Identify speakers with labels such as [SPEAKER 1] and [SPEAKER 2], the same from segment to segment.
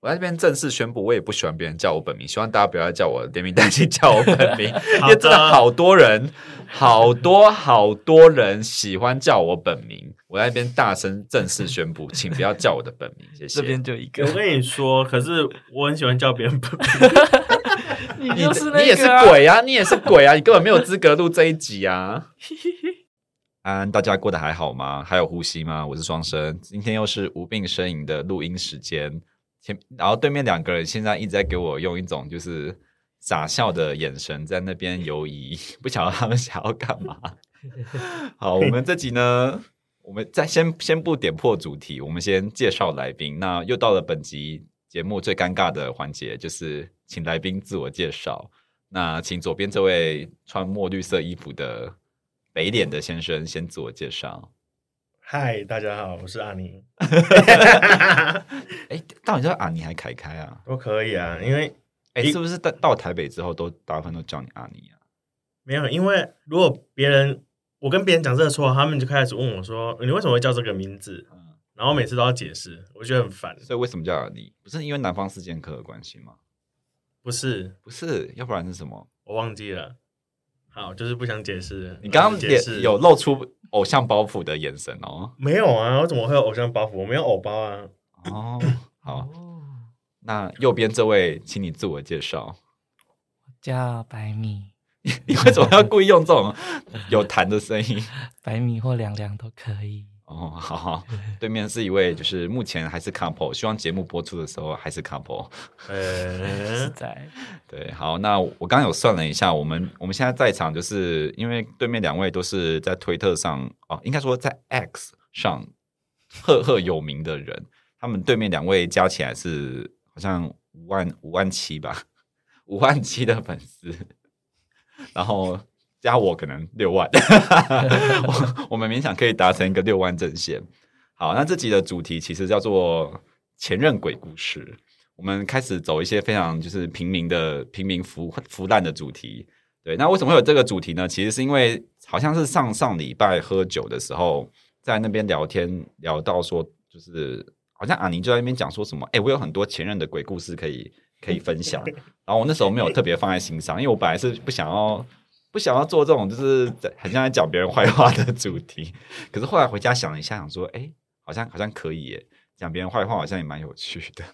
[SPEAKER 1] 我在这边正式宣布，我也不喜欢别人叫我本名，希望大家不要再叫我连名带姓叫我本 名，因为真的好多人，好多好多人喜欢叫我本名。我在这边大声正式宣布，请不要叫我的本名，谢
[SPEAKER 2] 这
[SPEAKER 1] 谢。
[SPEAKER 2] 边就一个
[SPEAKER 3] 我，跟你说，可是我很喜欢叫别人本名，
[SPEAKER 2] 你
[SPEAKER 1] 你
[SPEAKER 2] 就是那个、啊、
[SPEAKER 1] 你也是鬼啊，你也是鬼啊，你根本没有资格录这一集啊！ 安安，大家过得还好吗？还有呼吸吗？我是双生，今天又是无病呻吟的录音时间。前，然后对面两个人现在一直在给我用一种就是傻笑的眼神在那边游移， 不晓得他们想要干 嘛。好，我们这集呢，我们再先先不点破主题，我们先介绍来宾。那又到了本集节目最尴尬的环节，就是请来宾自我介绍。那请左边这位穿墨绿色衣服的北脸的先生先自我介绍。
[SPEAKER 3] 嗨，大家好，我是阿 尼，
[SPEAKER 1] 哎，到底叫阿尼还凯凯啊？
[SPEAKER 3] 都可以啊，因为
[SPEAKER 1] 哎，
[SPEAKER 3] 一
[SPEAKER 1] 是不是到到台北之后都大部分都叫你阿尼啊？
[SPEAKER 3] 没有，因为如果别人我跟别人讲这个绰号，他们就开始问我说你为什么会叫这个名字，
[SPEAKER 1] 嗯，
[SPEAKER 3] 然后每次都要解释，我觉得很烦。
[SPEAKER 1] 所以为什么叫阿尼？不是因为南方四剑客的关系吗？
[SPEAKER 3] 不是，
[SPEAKER 1] 不是，要不然是什么？
[SPEAKER 3] 我忘记了。好，就是不想解释。
[SPEAKER 1] 你刚刚
[SPEAKER 3] 解
[SPEAKER 1] 也
[SPEAKER 3] 释
[SPEAKER 1] 有露出偶像包袱的眼神哦。
[SPEAKER 3] 没有啊？我怎么会有偶像包袱？我没有偶包 啊。
[SPEAKER 1] 哦，好，
[SPEAKER 2] 哦，
[SPEAKER 1] 那右边这位，请你自我介绍。
[SPEAKER 2] 叫白米、
[SPEAKER 1] 你为什么要故意用这种有痰的声音？
[SPEAKER 2] 白米或凉凉都可以。
[SPEAKER 1] 哦，好好，对面是一位，就是目前还是 couple，希望节目播出的时候还是 couple。
[SPEAKER 2] 实
[SPEAKER 3] 呃，
[SPEAKER 2] 在
[SPEAKER 1] 对，好，那我刚刚有算了一下，我们我们现在在场，就是因为对面两位都是在推特上哦，应该说在 X 上赫赫有名的人，他们对面两位加起来是好像五万五万七吧，五万七的粉丝，然后加我可能六万， 我我们勉强可以达成一个六万阵线。好，那这集的主题其实叫做前任鬼故事。我们开始走一些非常就是平民的平民腐腐烂的主题。对，那为什么会有这个主题呢？其实是因为好像是上上礼拜喝酒的时候，在那边聊天聊到说，就是好像阿宁就在那边讲说什么，哎、我有很多前任的鬼故事可以可以分享。然后我那时候没有特别放在心上，因为我本来是不想要不想要做这种就是在很像在讲别人坏话的主题。可是后来回家想了一下，想说，哎、好像好像可以耶，讲别人坏话好像也蛮有趣的。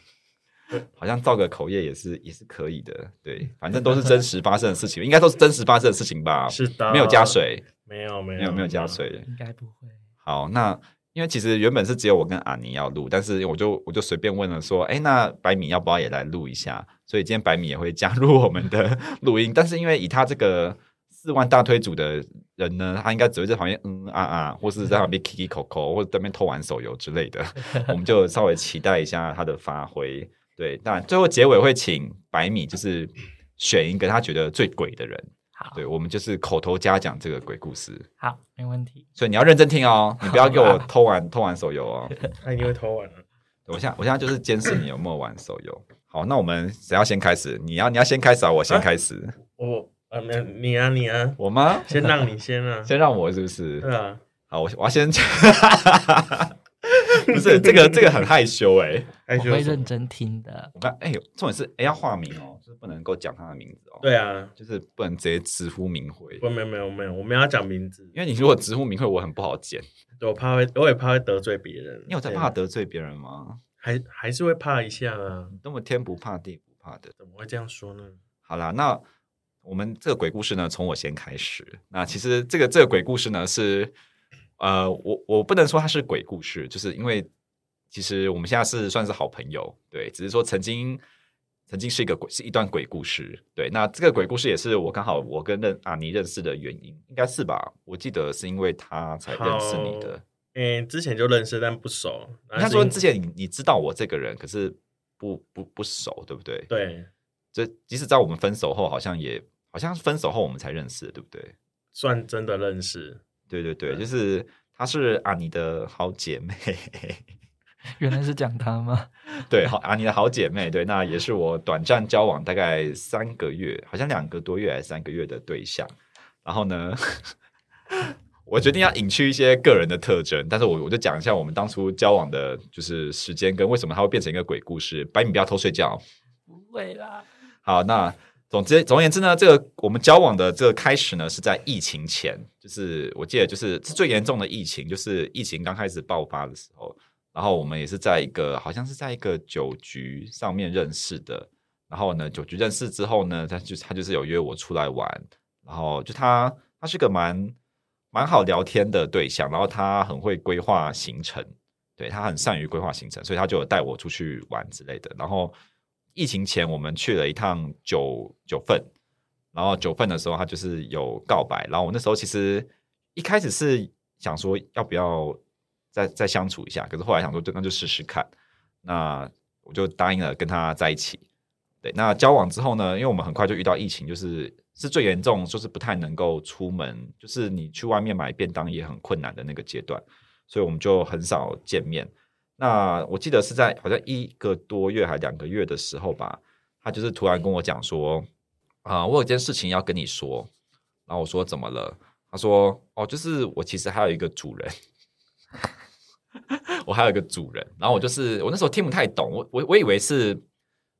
[SPEAKER 1] 好像造个口业也是也是可以的，对，反正都是真实发生的事情，应该都是真实发生的事情吧，
[SPEAKER 3] 是嗯的，
[SPEAKER 1] 没有加，水，
[SPEAKER 3] 没有，没
[SPEAKER 1] 没有没有加。水。
[SPEAKER 2] 应该不会。
[SPEAKER 1] 好，那因为其实原本是只有我跟阿尼要录，但是我就我就随便问了说，哎，那白米要不要也来录一下？所以今天白米也会加入我们的 录音，但是因为以他这个四万大推组的人呢，他应该只会在旁边嗯啊啊，或是在旁边 k i k i 口口，或者在那边偷玩手游之类的。我们就稍微期待一下他的发挥。对，但最后结尾会请白米就是选一个他觉得最鬼的人。
[SPEAKER 2] 好
[SPEAKER 1] 对，我们就是口头嘉讲这个鬼故事。
[SPEAKER 2] 好，没问题。
[SPEAKER 1] 所以你要认真听哦， 你不要给我偷玩偷玩手游哦。
[SPEAKER 3] 他一定会偷玩啊的。
[SPEAKER 1] 我现在我现在就是监视你有没有玩手游。好，那我们谁要先开始？你要你要先开始啊，我先开始，
[SPEAKER 3] 我啊，没有你啊，你啊，
[SPEAKER 1] 我吗？嗯
[SPEAKER 3] 先让你先 啊。
[SPEAKER 1] 先让我是不是？
[SPEAKER 3] 对啊，
[SPEAKER 1] 好，我我要先， 不 是这个这个很害羞哎、
[SPEAKER 3] 害
[SPEAKER 2] 我
[SPEAKER 3] 羞
[SPEAKER 2] 会
[SPEAKER 3] 什么
[SPEAKER 2] 认。真听的。
[SPEAKER 1] 我看哎、重点是哎、要化名哦，就是不能够讲他的名字哦，，
[SPEAKER 3] 对啊，
[SPEAKER 1] 就是不能直接直呼名讳，
[SPEAKER 3] 我没有没有没有，我们要讲名字，
[SPEAKER 1] 因为你如果直呼名讳，我很不好剪。
[SPEAKER 3] 对我怕会，我也怕会得罪别人。
[SPEAKER 1] 你有在
[SPEAKER 3] 对
[SPEAKER 1] 怕得罪别人吗？
[SPEAKER 3] 还还是会怕一下啊？
[SPEAKER 1] 那么天不怕地不怕的。
[SPEAKER 3] 怎么会这样说呢？
[SPEAKER 1] 好啦，那我们这个鬼故事呢，从我先开始。那其实这个这个鬼故事呢，是呃，我我不能说它是鬼故事，就是因为其实我们现在是算是好朋友，对，只是说曾经曾经是一个鬼，是一段鬼故事，对。那这个鬼故事也是我刚好我跟认阿尼认识的原因，应该是吧？我记得是因为他才认识你的。
[SPEAKER 3] 诶、之前就认识，但不熟。
[SPEAKER 1] 应该说之
[SPEAKER 3] 前
[SPEAKER 1] 前你你知道我这个人，可是不不不熟，对不对？
[SPEAKER 3] 对，
[SPEAKER 1] 这即使在我们分手后，好像也好像是分手后我们才认识的，对不对？
[SPEAKER 3] 算真的认识。
[SPEAKER 1] 对对对，
[SPEAKER 3] 对
[SPEAKER 1] 就是她是阿尼的好姐妹，
[SPEAKER 2] 原来是讲他吗？
[SPEAKER 1] 对，好阿尼的好姐妹，对，那也是我短暂交往大概三个月，好像两个多月还是三个月的对象。然后呢， 我决定要隐去一些个人的特征，但是我我就讲一下我们当初交往的，就是时间跟为什么它会变成一个鬼故事。白米不要偷睡觉。
[SPEAKER 2] 不会啦，
[SPEAKER 1] 好，那总之总而言之呢，这个我们交往的这个开始呢是在疫情前，就是我记得就是最严重的疫情，就是疫情刚开始爆发的时候，然后我们也是在一个好像是在一个酒局上面认识的，然后呢酒局认识之后呢，他就他就是有约我出来玩，然后就他他是个蛮蛮好聊天的对象，然后他很会规划行程，对他很善于规划行程，所以他就有带我出去玩之类的。然后疫情前我们去了一趟九九份，然后九份的时候他就是有告白，然后我那时候其实一开始是想说要不要再再相处一下，可是后来想说就那就试试看，那我就答应了跟他在一起。对，那交往之后呢，因为我们很快就遇到疫情，就是是最严重，就是不太能够出门，就是你去外面买便当也很困难的那个阶段，所以我们就很少见面。那我记得是在好像一个多月还两个月的时候吧，他就是突然跟我讲说，啊、我有件事情要跟你说。然后我说怎么了？他说哦，就是我其实还有一个主人， 我还有一个主人。然后我就是我那时候听不太懂，我我我以为是，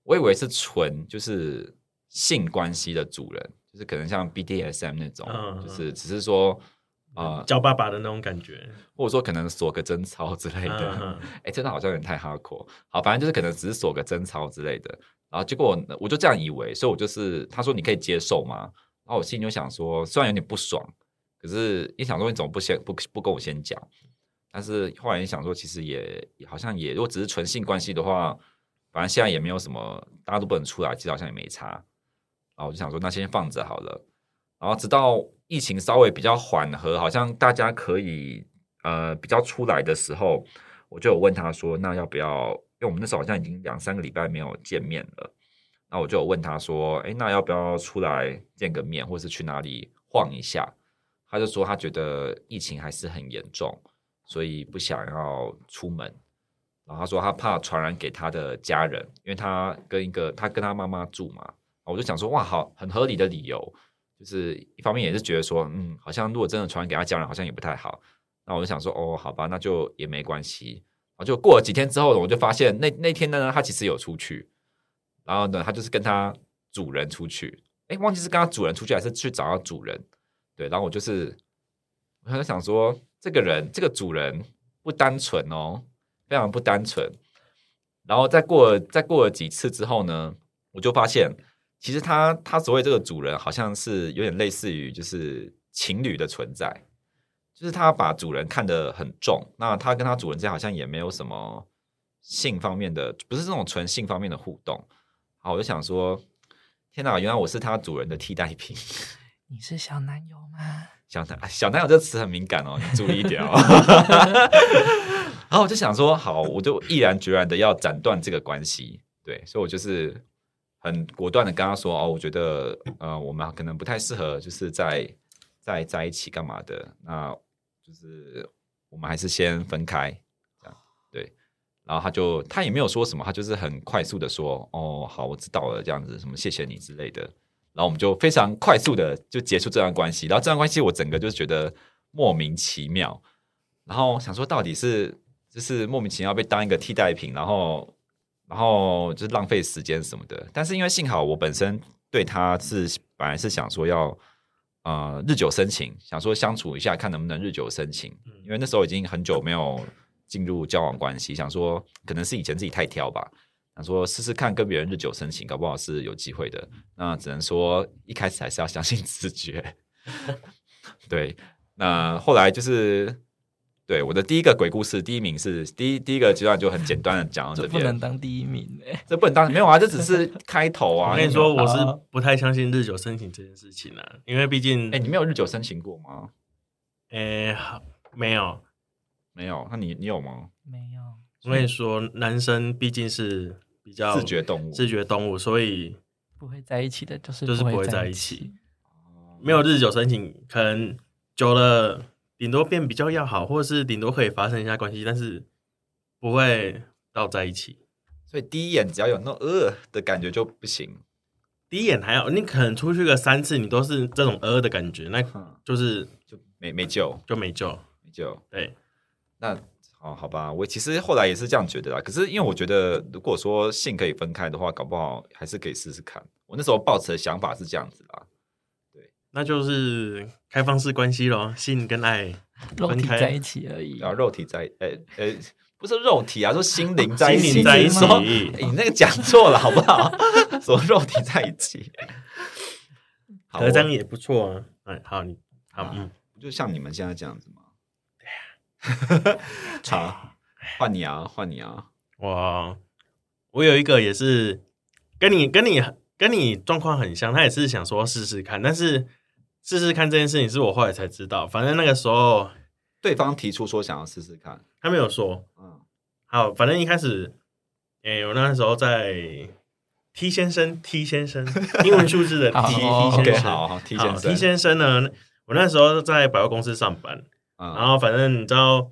[SPEAKER 1] 我以为是纯就是性关系的主人，就是可能像 BDSM 那种，
[SPEAKER 3] 嗯嗯
[SPEAKER 1] 就是只是说啊、呃
[SPEAKER 3] 叫爸爸的那种感觉，
[SPEAKER 1] 或者说可能锁个贞操之类的。
[SPEAKER 3] 嗯
[SPEAKER 1] 哎、真的好像有点太 hardcore。好，反正就是可能只是锁个贞操之类的。然后结果我我就这样以为，所以我就是他说你可以接受吗？然后我心里就想说，虽然有点不爽，可是也想说你怎么不先不不跟我先讲？但是后来也想说，其实也也好像也，如果只是纯性关系的话，反正现在也没有什么，大家都不能出来，其实好像也没差。然后我就想说，那先放着好了。然后直到疫情稍微比较缓和，好像大家可以呃比较出来的时候，我就有问他说，那要不要？因为我们那时候好像已经两三个礼拜没有见面了，那我就有问他说，哎，那要不要出来见个面，或是去哪里晃一下？他就说他觉得疫情还是很严重，所以不想要出门。然后他说他怕传染给他的家人，因为他跟一个他跟他妈妈住嘛。我就想说，哇，好，很合理的理由，就是一方面也是觉得说，嗯，好像如果真的传染给他家人，好像也不太好。那我就想说，哦，好吧，那就也没关系。然后就过了几天之后，我就发现那那天呢，他其实有出去，然后呢，他就是跟他主人出去，哎，忘记是跟他主人出去还是去找他主人。对，然后我就是，我就想说，这个人，这个主人不单纯哦，非常不单纯。然后再过了再过了几次之后呢，我就发现，其实他他所谓这个主人，好像是有点类似于就是情侣的存在，就是他把主人看得很重。那他跟他主人之间好像也没有什么性方面的，不是这种纯性方面的互动。好，我就想说，天哪，原来我是他主人的替代品。
[SPEAKER 2] 你是小男友吗？
[SPEAKER 1] 小男哎小男友这个词很敏感哦，你注意一点哦。然后我就想说，好，我就毅然决然的要斩断这个关系。对，所以我就是很果断的跟他说，哦，我觉得呃，我们可能不太适合，就是在在在一起干嘛的。那就是我们还是先分开，这样对。然后他就他也没有说什么，他就是很快速的说，哦，好，我知道了，这样子，什么谢谢你之类的。然后我们就非常快速的就结束这段关系。然后这段关系我整个就是觉得莫名其妙，然后想说到底是就是莫名其妙被当一个替代品，然后然后就是浪费时间什么的。但是因为幸好我本身对他是本来是想说要呃日久生情，想说相处一下看能不能日久生情，因为那时候已经很久没有进入交往关系，想说可能是以前自己太挑吧。想说试试看跟别人日久生情，搞不好是有机会的。那只能说一开始还是要相信直觉。 对，那后来就是对我的第一个鬼故事，第一名是第一第一个阶段就很简单的讲到
[SPEAKER 2] 这
[SPEAKER 1] 哦这
[SPEAKER 2] 不能
[SPEAKER 1] 边，
[SPEAKER 2] 当第一名哎、
[SPEAKER 1] 这不能当没有啊，这只是开头啊。
[SPEAKER 3] 我跟你说，
[SPEAKER 1] 哎、
[SPEAKER 3] 我是不太相信日久生情这件事情啊，因为毕竟，
[SPEAKER 1] 哎你没有日久生情过吗？
[SPEAKER 3] 诶、没有。
[SPEAKER 1] 没有，那你你有吗？
[SPEAKER 2] 没有，
[SPEAKER 3] 我跟你说，男生毕竟是比较
[SPEAKER 1] 自觉动物
[SPEAKER 3] 自觉动物，所以
[SPEAKER 2] 不会在一起的，就是
[SPEAKER 3] 就是不会在
[SPEAKER 2] 在
[SPEAKER 3] 一
[SPEAKER 2] 起
[SPEAKER 3] 起。
[SPEAKER 1] 哦
[SPEAKER 3] 没有日久生情，可能久了顶多变比较要好，或者是顶多可以发生一下关系，但是不会到在一起。
[SPEAKER 1] 所以第一眼只要有那种呃的感觉就不行。
[SPEAKER 3] 第一眼还好，你可能出去个三次，你都是这种呃的感觉，那
[SPEAKER 1] 嗯
[SPEAKER 3] 就是
[SPEAKER 1] 就没没救，
[SPEAKER 3] 就没救。
[SPEAKER 1] 没救。
[SPEAKER 3] 对，
[SPEAKER 1] 那好好吧，我其实后来也是这样觉得啊啦。可是因为我觉得，如果说性可以分开的话，搞不好还是可以试试看。我那时候抱持的想法是这样子啦，
[SPEAKER 3] 那就是开放式关系咯，性跟爱
[SPEAKER 2] 肉体
[SPEAKER 3] 分开
[SPEAKER 2] 在一起而已
[SPEAKER 1] 然。后肉体在，呃、呃、不是肉体啊，说心灵在一起，
[SPEAKER 3] 心灵在一起
[SPEAKER 1] 说哎你那个讲错了好不好？ 什么肉体在一 起？好，
[SPEAKER 3] 合
[SPEAKER 1] 我
[SPEAKER 3] 张也不错啊。嗯，好，你啊好
[SPEAKER 1] 啊，
[SPEAKER 3] 嗯，
[SPEAKER 1] 就像你们现在这样子吗？对呀、 好，换你啊，换你啊。
[SPEAKER 3] 我我有一个也是跟你跟你跟你状况很像，他也是想说试试看，但是试试看这件事情是我后来才知道，反正那个时候
[SPEAKER 1] 对方提出说想要试试看，
[SPEAKER 3] 他没有说，
[SPEAKER 1] 嗯
[SPEAKER 3] 好，反正一开始，诶、我那时候在 T 先生，T 先生，英文数字的
[SPEAKER 2] 好
[SPEAKER 3] T
[SPEAKER 2] 哦
[SPEAKER 3] T 先
[SPEAKER 1] OK，
[SPEAKER 3] 生，
[SPEAKER 1] 好好，T
[SPEAKER 3] 好
[SPEAKER 1] 先生
[SPEAKER 3] ，T 先生呢，我那时候在百货公司上班，然
[SPEAKER 1] 嗯
[SPEAKER 3] 后反正你知道，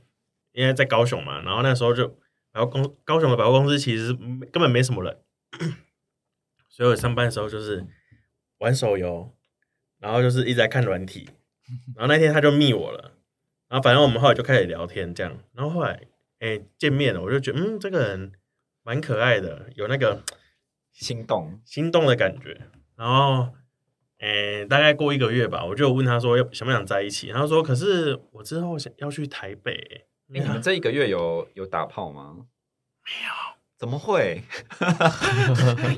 [SPEAKER 3] 因为在高雄嘛，然后那时候就百货公高雄的百货公司其实没根本没什么人， 所以我上班的时候就是玩手游，然后就是一直在看软体，然后那天他就密我了，然后反正我们后来就开始聊天这样，然后后来哎见面了，我就觉得嗯这个人蛮可爱的，有那个
[SPEAKER 1] 心动，
[SPEAKER 3] 心动的感觉。然后，诶、大概过一个月吧，我就问他说要想不想在一起，他说可是我之后想要去台北、啊嗯
[SPEAKER 1] 哎你们这一个月有有打炮吗？没有， 怎么会？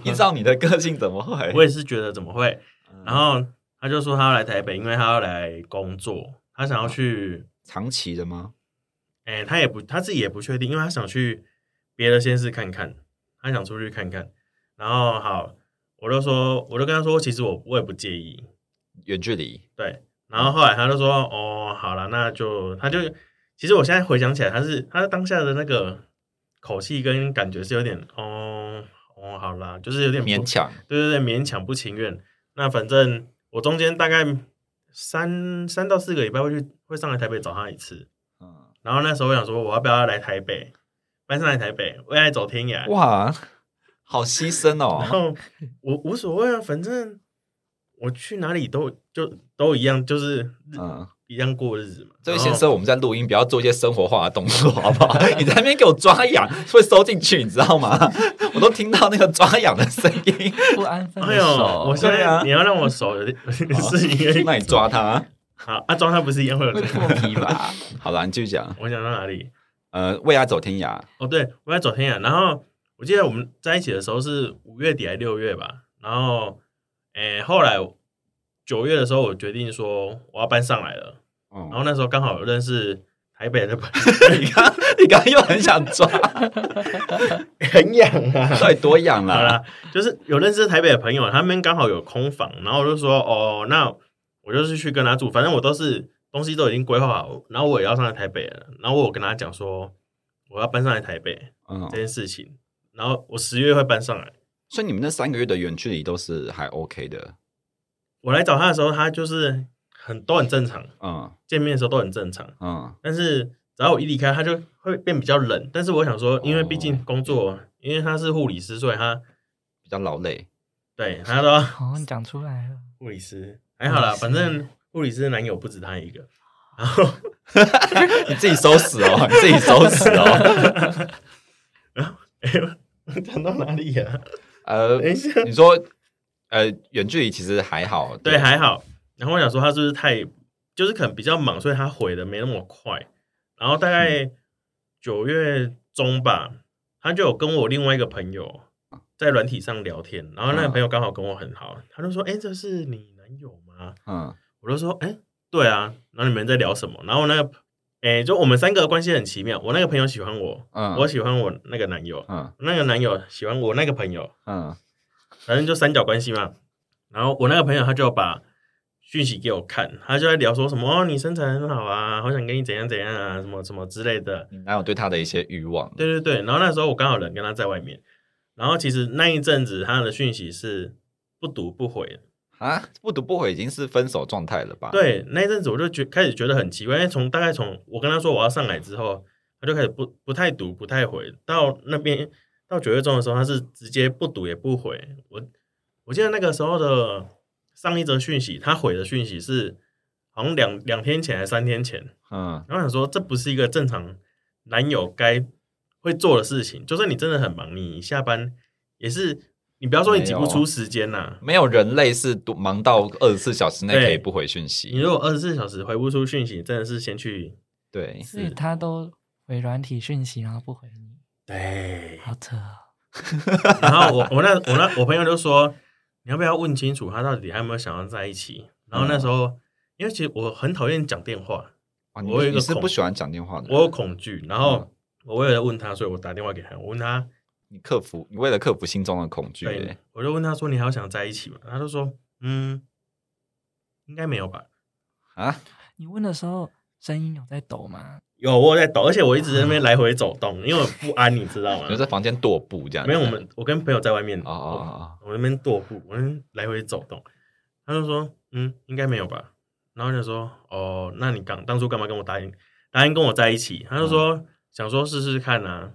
[SPEAKER 1] 依照你的个性，怎么会？
[SPEAKER 3] 我也是觉得怎么会？
[SPEAKER 1] 嗯
[SPEAKER 3] 然后他就说他要来台北，因为他要来工作，他想要去，
[SPEAKER 1] 长期的吗？
[SPEAKER 3] 诶、他也不他自己也不确定，因为他想去别的县市看看，他想出去看看。然后好，我就说，我就跟他说，其实我我也不介意，
[SPEAKER 1] 远距离，
[SPEAKER 3] 对，然后后来他就说：“哦，好了，那就他就其实我现在回想起来，他是他当下的那个口气跟感觉是有点哦哦，好啦，就是有点不
[SPEAKER 1] 勉，强
[SPEAKER 3] 对对对，勉强不情愿。那反正我中间大概三三到四个礼拜会去会上来台北找他一次，
[SPEAKER 1] 嗯，
[SPEAKER 3] 然后那时候我想说，我要不要来台北搬上来台北，为爱走天涯？
[SPEAKER 1] 哇，好牺牲
[SPEAKER 3] 然
[SPEAKER 1] 哦，
[SPEAKER 3] 后我无所谓啊，反正我去哪里都就都一样，就是日
[SPEAKER 1] 嗯。
[SPEAKER 3] 一样过日子嘛。
[SPEAKER 1] 这位
[SPEAKER 3] 然后
[SPEAKER 1] 先生，我们在录音，不要做一些生活化的动作，好不好？ 你在那边给我抓痒，会收进去，你知道吗？ 我都听到那个抓痒的声音，
[SPEAKER 2] 不安分
[SPEAKER 3] 哎
[SPEAKER 2] 的
[SPEAKER 3] 呦，
[SPEAKER 2] 手，
[SPEAKER 3] 我现
[SPEAKER 1] 对
[SPEAKER 3] 在
[SPEAKER 1] 啊
[SPEAKER 3] 你要让我手有 点是因为
[SPEAKER 1] 那你抓他。
[SPEAKER 3] 好啊，装它不是一样会有
[SPEAKER 2] 会
[SPEAKER 3] 这个？
[SPEAKER 2] 破皮吧？
[SPEAKER 1] 好了，你继续讲。
[SPEAKER 3] 我想到哪里？
[SPEAKER 1] 呃，为爱走天涯，
[SPEAKER 3] 哦，对，我要走天涯。然后我记得我们在一起的时候是五月底还是六月吧？然后，诶，后来九月的时候，我决定说我要搬上来了。
[SPEAKER 1] 嗯
[SPEAKER 3] 然后那时候刚好认识台北的朋友，
[SPEAKER 1] 你刚 你刚刚又很想抓，
[SPEAKER 3] 很痒啊
[SPEAKER 1] 到底多痒
[SPEAKER 3] 好
[SPEAKER 1] 啦？
[SPEAKER 3] 啦，就是有认识台北的朋友，他们刚好有空房，然后我就说哦，那我就是去跟他住，反正我都是东西都已经规划好，然后我也要上来台北了，然后我有跟他讲说我要搬上来台北
[SPEAKER 1] 嗯
[SPEAKER 3] 这，件事情，然后我十月会搬上来。
[SPEAKER 1] 所以你们那三个月的远距离都是还 OK 的，
[SPEAKER 3] 我来找他的时候，他就是很都很正常，
[SPEAKER 1] 嗯
[SPEAKER 3] 见面的时候都很正常，
[SPEAKER 1] 嗯，
[SPEAKER 3] 但是只要我一离开，他就会变比较冷。但是我想说，因为毕竟工作，因为他是护理师，所以他
[SPEAKER 1] 比较劳累。
[SPEAKER 3] 对他都要
[SPEAKER 2] 好，哦你讲出来了，
[SPEAKER 3] 护理师还好啦，
[SPEAKER 2] 护理师
[SPEAKER 3] 反正护理师的男友不止他 一个。然后，
[SPEAKER 1] 你自己收拾哦， 你自己收拾哦。
[SPEAKER 3] 哎、我讲到哪里啊？
[SPEAKER 1] 呃，
[SPEAKER 3] 等一下，
[SPEAKER 1] 你说呃远距离其实还好，
[SPEAKER 3] 对，还好。然后我想说，他是不是太，就是可能比较忙，所以他回的没那么快。然后大概九月中吧，他就有跟我另外一个朋友在软体上聊天，然后那个
[SPEAKER 1] 嗯
[SPEAKER 3] 朋友刚好跟我很好，他就说：“哎、这是你男友吗？”
[SPEAKER 1] 嗯
[SPEAKER 3] 我就说，哎、对啊，然后你们在聊什么？然后那个，哎、就我们三个关系很奇妙。我那个朋友喜欢我，
[SPEAKER 1] 嗯
[SPEAKER 3] 我喜欢我那个男友，
[SPEAKER 1] 嗯
[SPEAKER 3] 那个男友喜欢我那个朋友，
[SPEAKER 1] 嗯
[SPEAKER 3] 反正就三角关系嘛。然后我那个朋友他就把讯息给我看，他就在聊说什么哦，你身材很好啊，好想跟你怎样怎样啊，什么什么之类的。
[SPEAKER 1] 你哪有对他的一些欲望？
[SPEAKER 3] 对对对，然后那时候我刚好人跟他在外面，然后其实那一阵子他的讯息是不读不回的。
[SPEAKER 1] 啊，不读不回已经是分手状态了吧？，
[SPEAKER 3] 对，那一阵子我就觉开始觉得很奇怪，因为从大概从我跟他说我要上来之后，他就开始不不太读、不太回。到那边到九月中的时候，他是直接不读也不回。我我记得那个时候的上一则讯息，他回的讯息是好像两两天前还是三天前，
[SPEAKER 1] 嗯
[SPEAKER 3] 然后想说这不是一个正常男友该会做的事情，就算你真的很忙，你下班也是你不要说你挤不出时间呐、
[SPEAKER 1] 没有人类是多忙到二十四小时内可以
[SPEAKER 3] 对
[SPEAKER 1] 不回讯
[SPEAKER 3] 你
[SPEAKER 1] 息。
[SPEAKER 3] 如果二十四小时回不出讯息，真的是先去
[SPEAKER 1] 对，
[SPEAKER 2] 所以他都回软体讯息，然后不回你，
[SPEAKER 3] 对。
[SPEAKER 2] 好扯哦。
[SPEAKER 3] 然后我我那我那我朋友就说，你要不要问清楚他到底还有没有想要在一起？然后那时候，
[SPEAKER 1] 嗯
[SPEAKER 3] 因为其实我很讨厌讲电话，
[SPEAKER 1] 哇你
[SPEAKER 3] 我有一个
[SPEAKER 1] 你是
[SPEAKER 3] 恐
[SPEAKER 1] 不喜欢讲电话的人，
[SPEAKER 3] 我有恐惧。
[SPEAKER 1] 嗯
[SPEAKER 3] 然后我为了问他，所以我打电话给他，我问他，
[SPEAKER 1] 你克服，你为了克服心中的恐惧、
[SPEAKER 3] 对
[SPEAKER 1] 欸，，
[SPEAKER 3] 我就问他说，你还有想在一起吗？他就说，嗯，应该没有吧。
[SPEAKER 1] 啊，
[SPEAKER 2] 你问的时候声音有在抖吗？
[SPEAKER 3] 有我有在抖，而且我一直在那边来回走动，因为我不安，你知道吗
[SPEAKER 1] 你就？在房间踱步这样子。
[SPEAKER 3] 没有，我们我跟朋友在外面，
[SPEAKER 1] 哦哦哦哦，
[SPEAKER 3] 我那边踱步，我那边来回走动。他就说：“嗯，应该没有吧。”然后就说：“哦，那你刚当初干嘛跟我答应答应跟我在一起？”他就说：“想说试试看啊。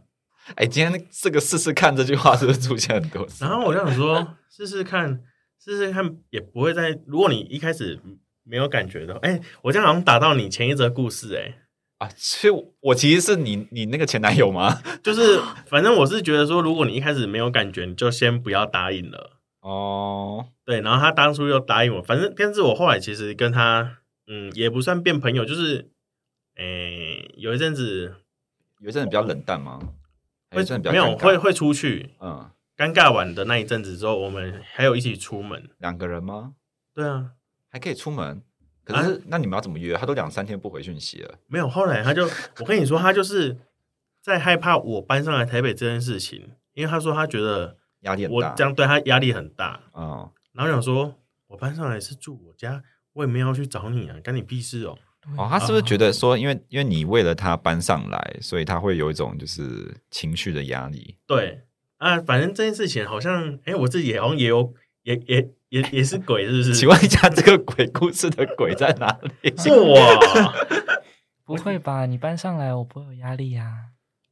[SPEAKER 1] 哎、今天这个试试看这句话是不是出现很多”次？
[SPEAKER 3] 然后我就想说：“试试看，试试看也不会再。如果你一开始没有感觉的，哎、我这样好像打到你前一则故事、哎
[SPEAKER 1] 啊，所以我我其实是你你那个前男友吗？
[SPEAKER 3] 哎，就是反正我是觉得说，如果你一开始没有感觉，你就先不要答应了。”
[SPEAKER 1] 哦，
[SPEAKER 3] 对，然后他当初又答应我，反正但是我后来其实跟他，嗯，也不算变朋友，就是，诶、有一阵子
[SPEAKER 1] 有一阵子比较冷淡吗？还有
[SPEAKER 3] 会
[SPEAKER 1] 一阵哎子比
[SPEAKER 3] 没
[SPEAKER 1] 较尴
[SPEAKER 3] 有
[SPEAKER 1] 尬
[SPEAKER 3] 会会出去，
[SPEAKER 1] 嗯，
[SPEAKER 3] 尴尬完的那一阵子之后，我们还有一起出门。
[SPEAKER 1] 两个人吗？
[SPEAKER 3] 对啊，
[SPEAKER 1] 还可以出门？可是、那你们要怎么约？他都两三天不回讯息了。
[SPEAKER 3] 没有。后来他就，我跟你说，他就是在害怕我搬上来台北这件事情，因为他说他觉得
[SPEAKER 1] 压力很
[SPEAKER 3] 我
[SPEAKER 1] 大。
[SPEAKER 3] 这样对他压力很大，
[SPEAKER 1] 嗯，
[SPEAKER 3] 然后想说，我搬上来是住我家，我也没有要去找你啊，干你屁事哦。
[SPEAKER 2] 嗯
[SPEAKER 1] 哦，他是
[SPEAKER 2] 啊
[SPEAKER 1] 不是觉得说，因为因为你为了他搬上来，所以他会有一种就是情绪的压力？
[SPEAKER 3] 对啊，反正这件事情好像，哎、我自己好像也有，也也也也是鬼，是不 是？
[SPEAKER 1] 请问一下，这个鬼故事的鬼在哪里？
[SPEAKER 3] 是我？
[SPEAKER 2] 不会吧？你搬上来我不会有压力啊。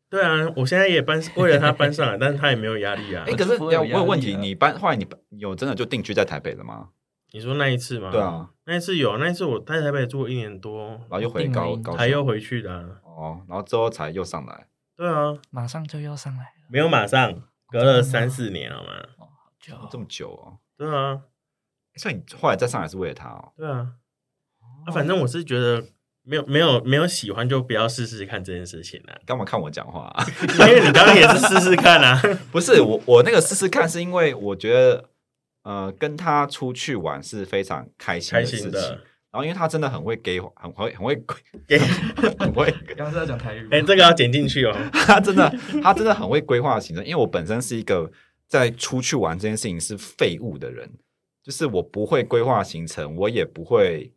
[SPEAKER 3] 对啊，我现在也搬，为了他搬上来，但是他也没有压力啊
[SPEAKER 1] 哎、。
[SPEAKER 2] 我
[SPEAKER 1] 可
[SPEAKER 2] 就是不会
[SPEAKER 1] 要
[SPEAKER 2] 有
[SPEAKER 1] 我
[SPEAKER 2] 压
[SPEAKER 1] 有问
[SPEAKER 2] 力
[SPEAKER 1] 题，
[SPEAKER 2] 了
[SPEAKER 1] 你搬后来你搬你有真的就定居在台北了吗？
[SPEAKER 3] 你说那一次吗？
[SPEAKER 1] 对，啊，
[SPEAKER 3] 那一次有，那一次我在台北住一年多，
[SPEAKER 1] 然后又回
[SPEAKER 2] 定
[SPEAKER 1] 高
[SPEAKER 2] 了
[SPEAKER 1] 高
[SPEAKER 3] 才
[SPEAKER 1] 雄
[SPEAKER 3] 又回去的、啊。
[SPEAKER 1] 哦，然后之后才又上来。
[SPEAKER 3] 对啊，
[SPEAKER 2] 马上就又上来了，
[SPEAKER 3] 没有马上，隔了三四年好吗？
[SPEAKER 2] 哦，好久
[SPEAKER 1] 这么久哦，
[SPEAKER 3] 对啊，
[SPEAKER 1] 所以你后来再上来是为了他哦。
[SPEAKER 3] 对啊，啊，反正我是觉得没有没有没有喜欢就不要试试看这件事情啊，
[SPEAKER 1] 干嘛看我讲话、啊？
[SPEAKER 3] 因为你刚刚也是试试看 啊。
[SPEAKER 1] 不是我，我那个试试看，是因为我觉得，呃，跟他出去玩是非常开心
[SPEAKER 3] 开
[SPEAKER 1] 的事情。
[SPEAKER 3] 心的，
[SPEAKER 1] 然后，因为他真的很会给，很会，很会，
[SPEAKER 3] 给
[SPEAKER 1] 很会，
[SPEAKER 2] 刚刚是在讲台语
[SPEAKER 3] 哎、这个要剪进去哦。
[SPEAKER 1] 他真的，他真的很会规划行程。因为我本身是一个在出去玩这件事情是废物的人，就是我不会规划行程，我也不会，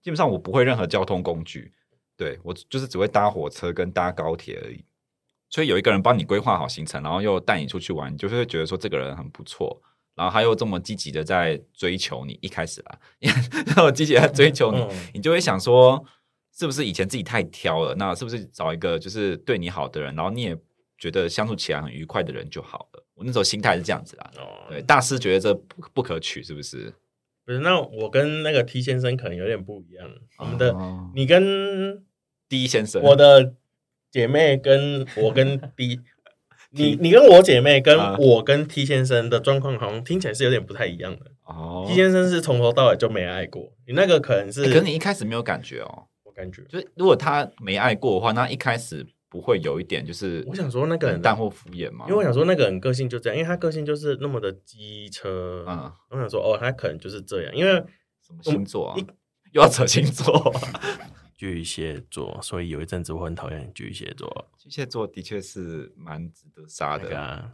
[SPEAKER 1] 基本上我不会任何交通工具，对我就是只会搭火车跟搭高铁而已。所以有一个人帮你规划好行程，然后又带你出去玩，你就是会觉得说这个人很不错。然后他又这么积极的在追求你，一开始啦， 然后积极地在追求你，
[SPEAKER 3] 嗯
[SPEAKER 1] 你就会想说，是不是以前自己太挑了？那是不是找一个就是对你好的人，然后你也觉得相处起来很愉快的人就好了？我那时候心态是这样子啦。
[SPEAKER 3] 哦，
[SPEAKER 1] 对，，大师觉得这不不可取，是不是？
[SPEAKER 3] 不是，那我跟那个 T 先生可能有点不一样。我们的，
[SPEAKER 1] 哦
[SPEAKER 3] 你跟
[SPEAKER 1] 第一先生，
[SPEAKER 3] 我的姐妹，跟我 跟 D，你你跟我姐妹，跟
[SPEAKER 1] 啊
[SPEAKER 3] 我跟 T 先生的状况好像听起来是有点不太一样的。
[SPEAKER 1] 哦
[SPEAKER 3] T，先生是从头到尾就没爱过，你那个可能是，
[SPEAKER 1] 欸可是你一开始没有感觉哦，
[SPEAKER 3] 我感觉，
[SPEAKER 1] 就是如果他没爱过的话，那一开始不会有一点就是
[SPEAKER 3] 我想说那个人
[SPEAKER 1] 冷淡或敷衍吗？
[SPEAKER 3] 因为我想说那个人个性就这样，因为他个性就是那么的机车。
[SPEAKER 1] 嗯，
[SPEAKER 3] 我想说哦，他可能就是这样，因为
[SPEAKER 1] 什么星座啊？又要扯星座，
[SPEAKER 3] 巨蟹座，所以有一阵子我很讨厌巨蟹座。
[SPEAKER 1] 巨蟹座的确是蛮值得杀
[SPEAKER 3] 那
[SPEAKER 1] 的。
[SPEAKER 3] 个啊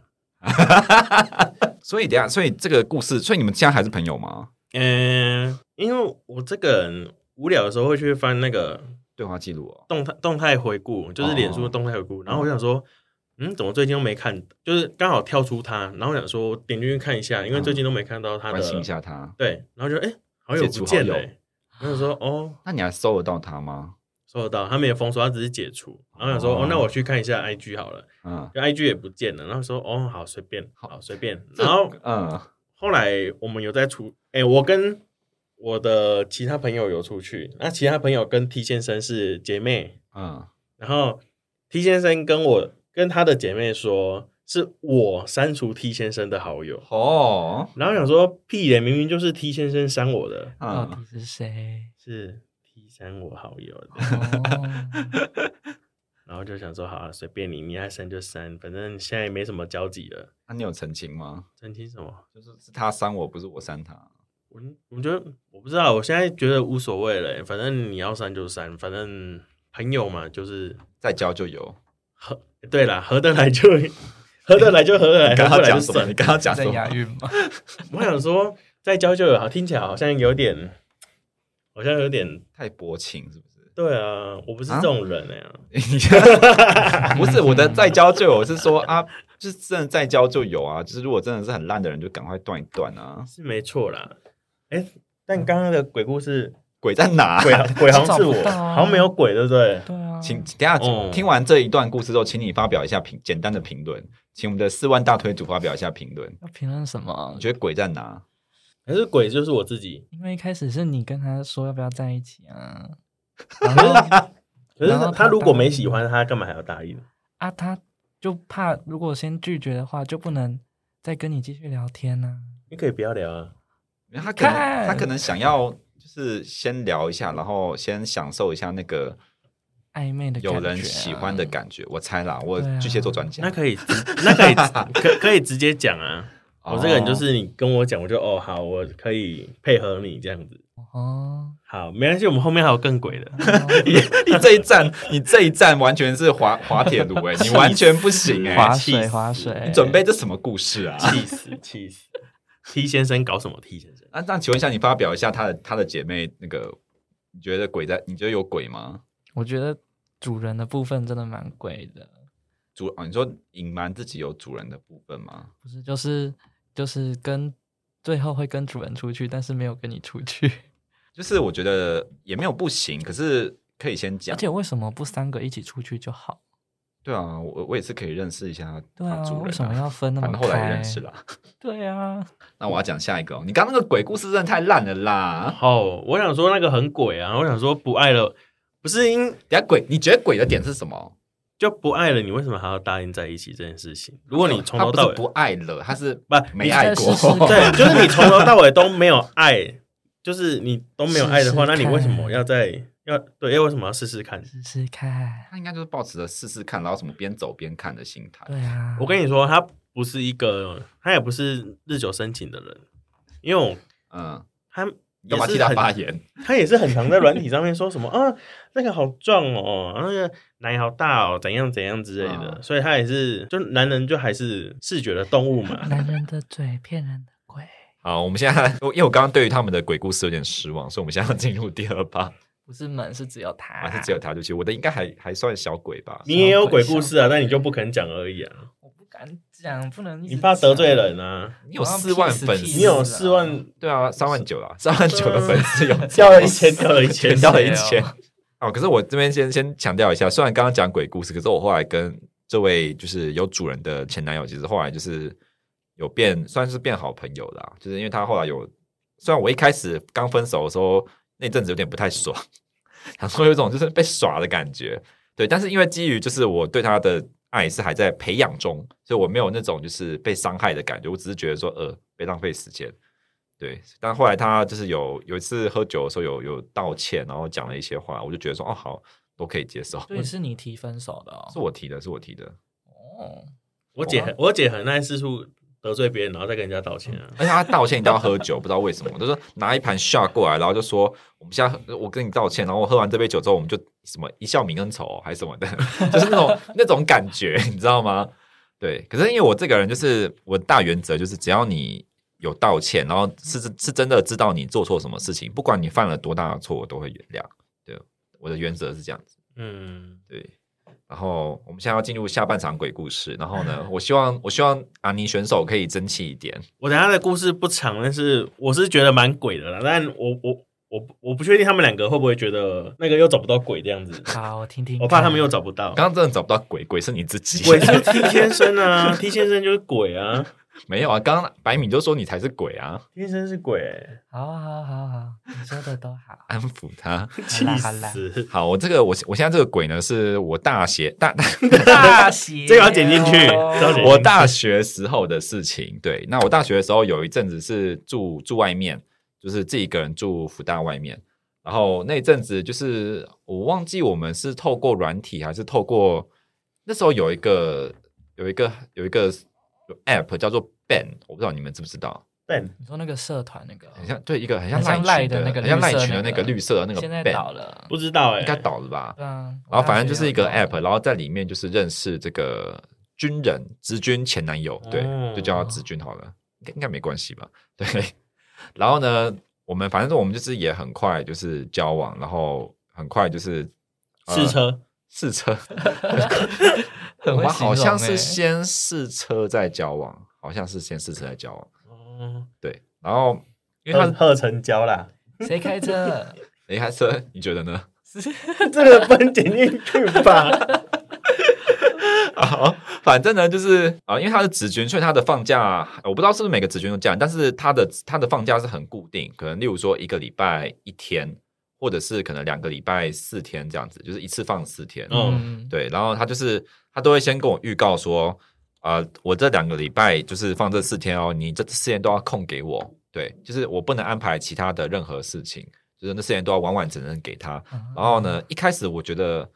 [SPEAKER 1] 所以等一下，所以这个故事，所以你们现在还是朋友吗？
[SPEAKER 3] 嗯，因为我这个人无聊的时候会去翻那个
[SPEAKER 1] 对话记录哦，
[SPEAKER 3] 动态动态回顾，就是脸书的动态回顾，然后我想说，嗯，怎么最近都没看？就是刚好跳出他，然后我想说我点进去看一下，因为最近都没看到他
[SPEAKER 1] 嗯
[SPEAKER 3] 的。
[SPEAKER 1] 关心一下他。
[SPEAKER 3] 对，然后就哎、好友
[SPEAKER 1] 解除
[SPEAKER 3] 不见
[SPEAKER 1] 好友
[SPEAKER 3] 了、欸。然后说哦，
[SPEAKER 1] 那你还搜得到他吗？
[SPEAKER 3] 收得到，他没有封锁，他只是解除。然后想说
[SPEAKER 1] 哦
[SPEAKER 3] 哦，那我去看一下 IG 好了，
[SPEAKER 1] 嗯，
[SPEAKER 3] 就 IG 也不见了。然后说哦，好随便，好随便。
[SPEAKER 1] 这
[SPEAKER 3] 然后
[SPEAKER 1] 嗯，
[SPEAKER 3] 后来我们有在出，哎、我跟我的其他朋友有出去，那其他朋友跟 T 先生是姐妹，
[SPEAKER 1] 嗯，
[SPEAKER 3] 然后 T 先生跟我跟他的姐妹说，是我删除 T 先生的好友，
[SPEAKER 1] 哦，
[SPEAKER 3] 然后想说屁耶，明明就是 T 先生删我的，
[SPEAKER 2] 到
[SPEAKER 1] 嗯
[SPEAKER 2] 底，是谁？
[SPEAKER 3] 是 T 删我好友的，
[SPEAKER 2] 哦，
[SPEAKER 3] 然后就想说好、啊，随便你，你爱删就删，反正现在也没什么交集了，
[SPEAKER 1] 那你有澄清吗？
[SPEAKER 3] 澄清什么？
[SPEAKER 1] 就是是他删我，不是我删他。
[SPEAKER 3] 我我觉得我不知道，我现在觉得无所谓了耶，欸反正你要删就删，反正朋友嘛，就是
[SPEAKER 1] 再交就有。
[SPEAKER 3] 合对啦，合得来就合得来就合得 来，
[SPEAKER 1] 你刚
[SPEAKER 3] 合不
[SPEAKER 1] 刚
[SPEAKER 3] 来就
[SPEAKER 1] 讲什么？你
[SPEAKER 3] 算。
[SPEAKER 1] 刚刚讲什
[SPEAKER 2] 在押
[SPEAKER 1] 么？
[SPEAKER 2] 韵 吗？
[SPEAKER 3] 我想说再交就有，好听起来好像有点，好像有点
[SPEAKER 1] 太薄情是不 是？
[SPEAKER 3] 对啊，我不是这种人哎、
[SPEAKER 1] 不是我的再交就有，是说啊，就是真的再交就有啊。就是如果真的是很烂的人，就赶快断一断啊。
[SPEAKER 3] 是没错啦。哎、但刚刚的鬼故事，
[SPEAKER 1] 鬼在哪？
[SPEAKER 3] 鬼鬼好像是我
[SPEAKER 2] 找不，到啊
[SPEAKER 3] 好像没有鬼，对不对？
[SPEAKER 2] 对啊，
[SPEAKER 1] 请等一下、
[SPEAKER 3] 哦
[SPEAKER 1] 听完这一段故事之后，请你发表一下评简单的评论，请我们的四万大推主发表一下评论。
[SPEAKER 2] 要评论什么啊
[SPEAKER 1] 你？觉得鬼在哪？
[SPEAKER 3] 可是鬼就是我自己，
[SPEAKER 2] 因为一开始是你跟他说要不要在一起啊，
[SPEAKER 3] 然 后可是
[SPEAKER 2] 然后
[SPEAKER 3] 他
[SPEAKER 2] 他
[SPEAKER 3] 如果没喜欢他，干嘛还要答应？
[SPEAKER 2] 啊，他就怕如果先拒绝的话，就不能再跟你继续聊天呢、
[SPEAKER 3] 你可以不要聊啊。
[SPEAKER 1] 他可能
[SPEAKER 2] 看
[SPEAKER 1] 他可能想要就是先聊一下，然后先享受一下那个
[SPEAKER 2] 暧昧的感觉啊、
[SPEAKER 1] 有人喜欢的感觉。我猜啦，我
[SPEAKER 2] 对啊
[SPEAKER 1] 巨蟹座专家。
[SPEAKER 3] 那可以直，那可以直，可可以直接讲 啊。
[SPEAKER 1] 哦
[SPEAKER 3] 我这个人就是你跟我讲，我就哦好，我可以配合你这样子。
[SPEAKER 2] 哦。
[SPEAKER 3] 好，没关系，我们后面还有更鬼的。
[SPEAKER 1] 你 你这一站，你这一站完全是滑滑铁卢 哎、你完全不行哎、
[SPEAKER 2] 划
[SPEAKER 3] 气
[SPEAKER 2] 水
[SPEAKER 3] 死欸
[SPEAKER 2] 划水，
[SPEAKER 1] 你准备这什么故事啊？
[SPEAKER 3] 气死气死！T 先生搞什么？T 先生，
[SPEAKER 1] 那那请问一下，你发表一下他的他的姐妹那个，你觉得鬼在？你觉得有鬼吗？
[SPEAKER 2] 我觉得主人的部分真的蛮贵的，
[SPEAKER 1] 主啊，你说隐瞒自己有主人的部分吗？
[SPEAKER 2] 不是就是就是跟最后会跟主人出去，但是没有跟你出去。
[SPEAKER 1] 就是我觉得也没有不行，可是可以先
[SPEAKER 2] 而
[SPEAKER 1] 讲。
[SPEAKER 2] 且为什么不三个一起出去就好？
[SPEAKER 1] 对啊，我我也是可以认识一下
[SPEAKER 2] 对
[SPEAKER 1] 他
[SPEAKER 2] 啊，
[SPEAKER 1] 主人、
[SPEAKER 2] 为什么 要？分 那
[SPEAKER 1] 反
[SPEAKER 2] 么
[SPEAKER 1] 正
[SPEAKER 2] 开？
[SPEAKER 1] 后来也认识了。
[SPEAKER 2] 对啊，
[SPEAKER 1] 那我要讲下一个、哦，你刚刚那个鬼故事真的太烂了啦！
[SPEAKER 3] 哦，我想说那个很鬼啊，我想说不爱了，不是因
[SPEAKER 1] 等下鬼，你觉得鬼的点是什么？
[SPEAKER 3] 就不爱了，你为什么还要答应在一起这件事情？如果你从头到
[SPEAKER 1] 他不是
[SPEAKER 3] 尾
[SPEAKER 1] 不爱了，他是
[SPEAKER 3] 不
[SPEAKER 1] 没爱
[SPEAKER 2] 你
[SPEAKER 1] 过
[SPEAKER 2] 再试试。 看
[SPEAKER 3] 对，就是你从头到尾都没有爱，就是你都没有爱 的话，
[SPEAKER 2] 试
[SPEAKER 3] 那
[SPEAKER 2] 试看
[SPEAKER 3] 你为什么要在要对？要为什么要试试看？
[SPEAKER 2] 试试看。
[SPEAKER 1] 他应该就是抱持着试试看，然后什么边走边看的心态。
[SPEAKER 2] 对啊，。
[SPEAKER 3] 我跟你说，他不是一个，他也不是日久生情的人，因为我
[SPEAKER 1] 嗯，
[SPEAKER 3] 他
[SPEAKER 1] 你干嘛
[SPEAKER 3] 也
[SPEAKER 1] 替
[SPEAKER 3] 是
[SPEAKER 1] 他
[SPEAKER 3] 很
[SPEAKER 1] 发 言？
[SPEAKER 3] 他也是很常在软体上面说什么啊，那个好壮哦，啊那个奶好大哦，怎样怎样之类的，
[SPEAKER 1] 啊
[SPEAKER 3] 所以他也是，就男人就还是视觉的动物嘛
[SPEAKER 2] 男人的嘴骗人的鬼，
[SPEAKER 1] 好，我们现在，因为我刚刚对于他们的鬼故事有点失望，所以我们现在要进入第二趴，
[SPEAKER 2] 不是门是只有他，
[SPEAKER 1] 还是只有他出去？我的应该还还算小鬼吧？
[SPEAKER 3] 你也有鬼故事啊，但你就不肯讲而已啊，
[SPEAKER 2] 我不敢讲，不能一直
[SPEAKER 3] 你怕得罪
[SPEAKER 2] 讲。
[SPEAKER 3] 人啊？
[SPEAKER 1] 你有四万粉丝，
[SPEAKER 3] 你有四 万，
[SPEAKER 1] 对啊，三万九啦，三万九的粉丝有
[SPEAKER 3] 掉了一 千，掉了一千，
[SPEAKER 1] 掉了一
[SPEAKER 2] 谢
[SPEAKER 1] 千
[SPEAKER 2] 谢哦。
[SPEAKER 1] 哦，可是我这边先先强调一下，虽然刚刚讲鬼故事，可是我后来跟这位就是有主人的前男友，其实后来就是有变，算是变好朋友啦。就是因为他后来有，虽然我一开始刚分手的时候那阵子有点不太爽， 想说有一种就是被耍的感觉，对。但是因为基于就是我对他的爱是还在培养中，所以我没有那种就是被伤害的感觉，我只是觉得说呃被浪费时间。对，但后来他就是有有一次喝酒的时候有有道歉，然后讲了一些话，我就觉得说哦好，都可以接受。
[SPEAKER 2] 对，是你提分手的哦。
[SPEAKER 1] 是我提的，是我提的。
[SPEAKER 2] 哦，
[SPEAKER 3] 我姐很，我姐很爱四处得罪别人，然后再跟人家道歉啊。
[SPEAKER 1] 而且他道歉一定要喝酒，不知道为什么，就是拿一盘 shot 过来，然后就说我们现在喝我跟你道歉，然后我喝完这杯酒之后，我们就什么一笑泯恩仇还是什么的， 就是那种那种感觉，你知道吗？对，可是因为我这个人就是我的大原则就是，只要你有道歉，然后是是真的知道你做错什么事情，不管你犯了多大的错，我都会原谅。对，我的原则是这样子。
[SPEAKER 3] 嗯，
[SPEAKER 1] 对，然后我们现在要进入下半场鬼故事，然后呢，我希望我希望阿尼选手可以争气一点。
[SPEAKER 3] 我等一下的故事不长，但是我是觉得蛮鬼的啦。但我我我不我不确定他们两个会不会觉得那个又找不到鬼这样子，
[SPEAKER 2] 好，我听听看。
[SPEAKER 3] 我怕他们又找不到。
[SPEAKER 1] 刚刚真的找不到鬼，鬼是你自己。
[SPEAKER 3] 鬼是 T 先生啊，T 先生就是鬼啊。
[SPEAKER 1] 没有啊，刚刚白米就说你才是鬼啊，。
[SPEAKER 3] 天生是鬼、欸，
[SPEAKER 2] 好啊好好好，你说的都好
[SPEAKER 1] 安抚他。
[SPEAKER 3] 气
[SPEAKER 2] 啦好 啦
[SPEAKER 3] 死！
[SPEAKER 1] 好，我这个我我现在这个鬼呢，是我大学大大
[SPEAKER 2] 大哦喜，
[SPEAKER 3] 这个要剪进去这要剪进去
[SPEAKER 1] 我大学时候的事情。对，那我大学的时候有一阵子是住住外面，就是自己一个人住福大外面。然后那一阵子就是我忘记我们是透过软体还是透过那时候有一个有一个有一个 app 叫做 Ben，我不知道你们知不知道，
[SPEAKER 3] 笨，
[SPEAKER 2] 你说那个社团那个，
[SPEAKER 1] 很像对一个很像
[SPEAKER 2] 很像
[SPEAKER 1] 赖
[SPEAKER 2] 赖
[SPEAKER 1] 群
[SPEAKER 2] 的那个
[SPEAKER 1] 很像赖
[SPEAKER 2] 绿色
[SPEAKER 1] 群的那
[SPEAKER 2] 那
[SPEAKER 1] 个
[SPEAKER 2] 个
[SPEAKER 1] 绿色的那个
[SPEAKER 2] 现在
[SPEAKER 1] Ben
[SPEAKER 2] 倒了，
[SPEAKER 3] 不知道哎、
[SPEAKER 1] 应该倒了吧？
[SPEAKER 2] 对啊。
[SPEAKER 1] 然
[SPEAKER 2] 我
[SPEAKER 1] 后反
[SPEAKER 2] 大
[SPEAKER 1] 正
[SPEAKER 2] 学
[SPEAKER 1] 就是一
[SPEAKER 2] 有
[SPEAKER 1] 个
[SPEAKER 2] 用
[SPEAKER 1] app，然后在里面就是认识这个军人直军前男友，对，
[SPEAKER 3] 哦
[SPEAKER 1] 就叫他直军好了，应该应该没关系吧？对。然后呢，我们反正我们就是也很快就是交往，然后很快就是呃
[SPEAKER 3] 试，车，
[SPEAKER 1] 试车，
[SPEAKER 2] 很
[SPEAKER 1] 我
[SPEAKER 2] 会
[SPEAKER 1] 们
[SPEAKER 2] 形
[SPEAKER 1] 好像
[SPEAKER 2] 容欸
[SPEAKER 1] 是先试车再交往，好像是先试车再交往，
[SPEAKER 3] 哦，
[SPEAKER 1] 对。然后因为他
[SPEAKER 3] 贺
[SPEAKER 1] 是
[SPEAKER 3] 贺成 交啦，
[SPEAKER 2] 谁开车？
[SPEAKER 1] 雷开车，你觉得呢？
[SPEAKER 3] 这个不能剪进去 吧？
[SPEAKER 1] 好，反正呢，就是啊、因为他是职军，所以他的放假呃我不知道是不是每个职军都这样，但是他的他的放假是很固定，可能例如说一个礼拜一天，或者是可能两个礼拜四天这样子，就是一次放四天。
[SPEAKER 3] 嗯
[SPEAKER 2] 嗯，
[SPEAKER 1] 对，然后他就是他都会先跟我预告说，啊、我这两个礼拜就是放这四天哦，你这四天都要空给我，对，就是我不能安排其他的任何事情，就是那四天都要完完整整给他。
[SPEAKER 2] 嗯
[SPEAKER 1] 然后呢，一开始我觉得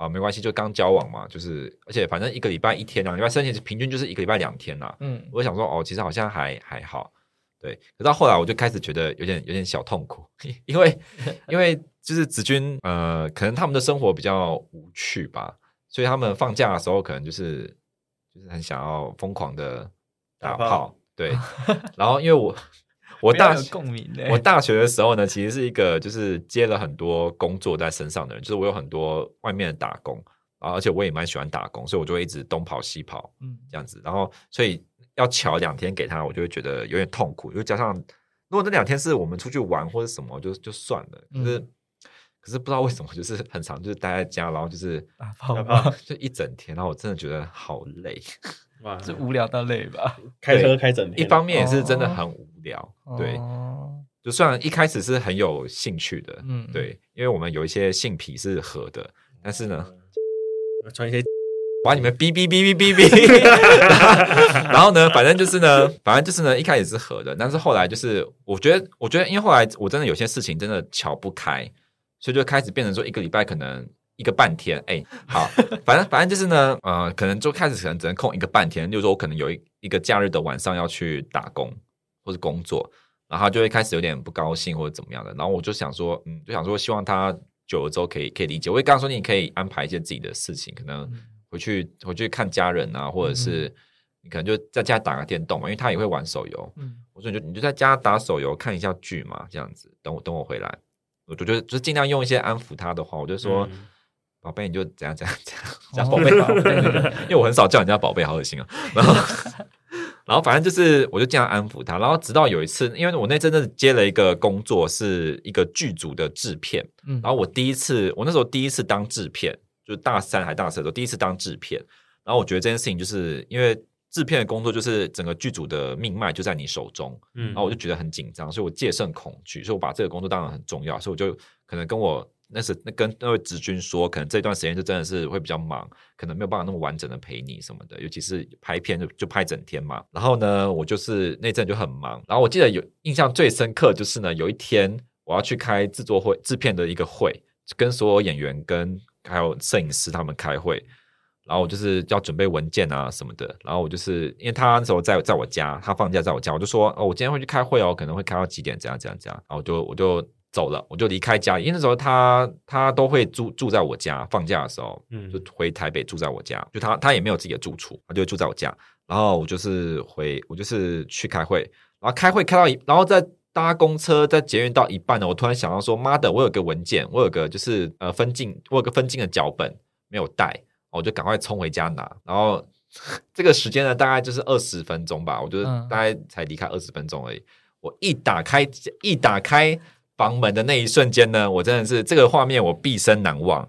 [SPEAKER 1] 啊、没关系，就刚交往嘛，就是而且反正一个礼拜一天，两个啊礼拜三天，平均就是一个礼拜两天啦、
[SPEAKER 2] 嗯？嗯，
[SPEAKER 1] 我想说，哦，其实好像还还好，对。可是到后来，我就开始觉得有点有点小痛苦， 因为因为就是子君，呃，可能他们的生活比较无趣吧，所以他们放假的时候，可能就是就是很想要疯狂的打
[SPEAKER 3] 打
[SPEAKER 1] 炮，
[SPEAKER 3] 炮
[SPEAKER 1] 对。然后因为我我
[SPEAKER 2] 我
[SPEAKER 1] 大
[SPEAKER 2] 有共鸣欸
[SPEAKER 1] 我大学的时候呢，其实是一个就是接了很多工作在身上的人，就是我有很多外面的打工，啊，而且我也蛮喜欢打工，所以我就会一直东跑西跑，
[SPEAKER 2] 嗯
[SPEAKER 1] 这样子，然后所以要巧两天给他，我就会觉得有点痛苦，又加上如果那两天是我们出去玩或者什么，就就算了。可是、
[SPEAKER 2] 嗯
[SPEAKER 1] 可是不知道为什么，就是很长，就是待在家，然后就是
[SPEAKER 2] 打炮
[SPEAKER 3] 打
[SPEAKER 2] 吧
[SPEAKER 3] 炮，
[SPEAKER 1] 就一整天，然后我真的觉得好累。
[SPEAKER 3] 哇，
[SPEAKER 2] 是无聊到累吧？
[SPEAKER 3] 开车开整天，
[SPEAKER 1] 一方面也是真的很无聊， 对。
[SPEAKER 2] 哦
[SPEAKER 1] 就算一开始是很有兴趣的，
[SPEAKER 2] 嗯
[SPEAKER 1] 对，因为我们有一些性癖是合的，但是呢，
[SPEAKER 3] 嗯传一些
[SPEAKER 1] 把你们哔哔哔哔哔哔。然后呢，反正就是呢，反正就是呢，一开始是合的，但是后来就是，我觉得，我觉得，因为后来我真的有些事情真的瞧不开，所以就开始变成说一个礼拜可能。一个半天，哎、好，反正反 正就是呢，呃，可能就开始可能只能空一个半天，例如说我可能有一一个假日的晚上要去打工或是工作，然后他就会开始有点不高兴或者怎么样的。然后我就想说，嗯，就想说希望他久了之后可以可以理解。我会跟他说，你可以安排一些自己的事情，可能
[SPEAKER 2] 嗯
[SPEAKER 1] 回去回去看家人啊，或者是你可能就在家打个电动嘛，因为他也会玩手游。
[SPEAKER 2] 嗯
[SPEAKER 1] 我说你就你就在家打手游看一下剧嘛，这样子，等我等我回来。我就就就尽量用一些安抚他的话，我就说
[SPEAKER 3] 嗯
[SPEAKER 1] 宝贝、你就怎样怎样怎样
[SPEAKER 2] 哦
[SPEAKER 1] 怎样宝 贝，
[SPEAKER 2] 宝贝
[SPEAKER 1] 因为我很少叫人家宝贝，好恶心啊。然后然后反正就是我就这样安抚他，然后直到有一次，因为我那阵子接了一个工作，是一个剧组的制片，
[SPEAKER 2] 嗯，
[SPEAKER 1] 然后我第一次，我那时候第一次当制片，就是大三还大四的时候，第一次当制片。然后我觉得这件事情，就是因为制片的工作，就是整个剧组的命脉就在你手中。
[SPEAKER 3] 嗯
[SPEAKER 1] 然哦后我就觉得很紧张，所以我戒慎恐惧，所以我把这个工作当然很重要，所以我就可能跟我那时那跟那位职军说，可能这段时间就真的是会比较忙，可能没有办法那么完整的陪你什么的，尤其是拍片就就拍整天嘛。然后呢，我就是那阵就很忙，然后我记得有印象最深刻就是呢，有一天我要去开制作会制片的一个会，跟所有演员跟还有摄影师他们开会，然后我就是要准备文件啊什么的，然后我就是因为他那时候在在我家，他放假在我家，我就说哦，我今天会去开会哦，可能会开到几点，怎样怎样怎样，然后我就我就走了，我就离开家里，因为那时候他他都会住住在我家，放假的时候，
[SPEAKER 3] 嗯
[SPEAKER 1] 就回台北住在我家，就他他也没有自己的住处，他就住在我家，然后我就是回我就是去开会，然后开会开到一，然后在搭公车，在捷运到一半呢，我突然想到说，妈的，我有个文件，我有个就是呃分镜，我有个分镜的脚本没有带，我就赶快冲回家拿。然后 这个时间呢，大概就是二十分钟吧，我就是
[SPEAKER 2] 嗯
[SPEAKER 1] 大概才离开二十分钟而已。我一打开一打开房门的那一瞬间呢，我真的是这个画面我毕生难忘。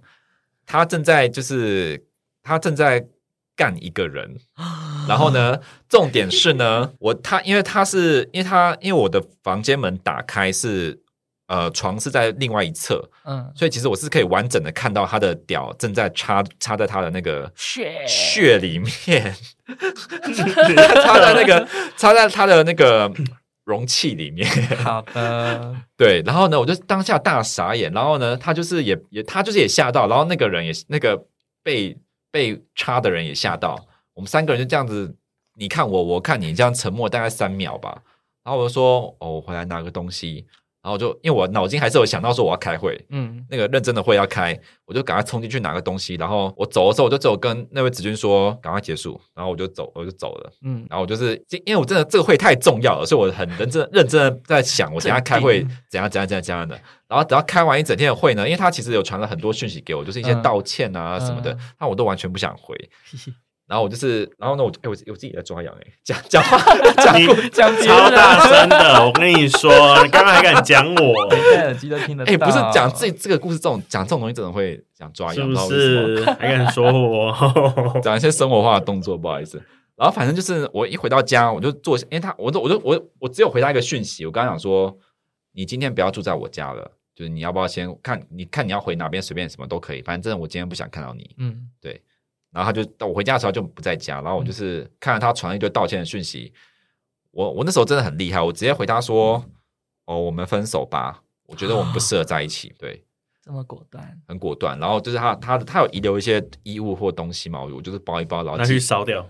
[SPEAKER 1] 他正在就是他正在干一个人。然后呢，重点是呢，我他因为他是因为他因为我的房间门打开是呃床是在另外一侧，
[SPEAKER 2] 嗯，
[SPEAKER 1] 所以其实我是可以完整的看到他的屌正在插插在他的那个
[SPEAKER 2] 血
[SPEAKER 1] 血里面，插在那个插在他的那个容器里面。
[SPEAKER 2] 好的，
[SPEAKER 1] 对，然后呢，我就当下大傻眼，然后呢，他就是也也他就是也吓到，然后那个人也那个被被插的人也吓到，我们三个人就这样子，你看我，我看你，这样沉默大概三秒吧，然后我就说，哦，我回来拿个东西，然后我就因为我脑筋还是有想到说我要开会，
[SPEAKER 2] 嗯，
[SPEAKER 1] 那个认真的会要开，我就赶快冲进去拿个东西，然后我走的时候我就只有跟那位子君说赶快结束，然后我就走我就走了。
[SPEAKER 2] 嗯，
[SPEAKER 1] 然后我就是，因为我真的这个会太重要了，所以我很认真、认真的在想，我等一下开会
[SPEAKER 2] 镇
[SPEAKER 1] 怎样、怎样、怎样、怎样的。然后等到开完一整天的会呢，因为他其实有传了很多讯息给我，就是一些
[SPEAKER 2] 嗯
[SPEAKER 1] 道歉啊什么的
[SPEAKER 2] 嗯，
[SPEAKER 1] 那、我都完全不想 回。然后我就是，然后呢，我就哎、我我自己在抓痒哎、讲讲话讲
[SPEAKER 3] 你
[SPEAKER 1] 过
[SPEAKER 2] 讲 别
[SPEAKER 3] 超
[SPEAKER 2] 人
[SPEAKER 3] 大声的，我跟 你说，你刚刚还敢讲我，
[SPEAKER 2] 戴耳机都听得到。
[SPEAKER 1] 哎、不是讲自己这个故事这种讲这种东西，真的会讲抓
[SPEAKER 3] 是
[SPEAKER 1] 痒，
[SPEAKER 3] 不
[SPEAKER 1] 知道为什么
[SPEAKER 3] 是？还敢说我？
[SPEAKER 1] 讲一些生活化的动作，不好意思。然后反正就是我一回到家，我就坐下，因为他，我就我就我我只有回他一个讯息，我刚刚讲说，你今天不要住在我家了，就是你要不要先看，你看你要回哪边，随便什么都可以，反正我今天不想看到你。
[SPEAKER 2] 嗯，
[SPEAKER 1] 然后他就到我回家的时候就不在家，然后我就是看到他传了一堆道歉的讯息，我我那时候真的很厉害，我直接回他说，哦，我们分手吧，我觉得我们不适合在一起，对。
[SPEAKER 2] 这么果断，
[SPEAKER 1] 很果断，然后就是他他他有遗留一些衣物或东西嘛，我我就是包一包，然后
[SPEAKER 3] 那
[SPEAKER 1] 寄
[SPEAKER 3] 去烧掉，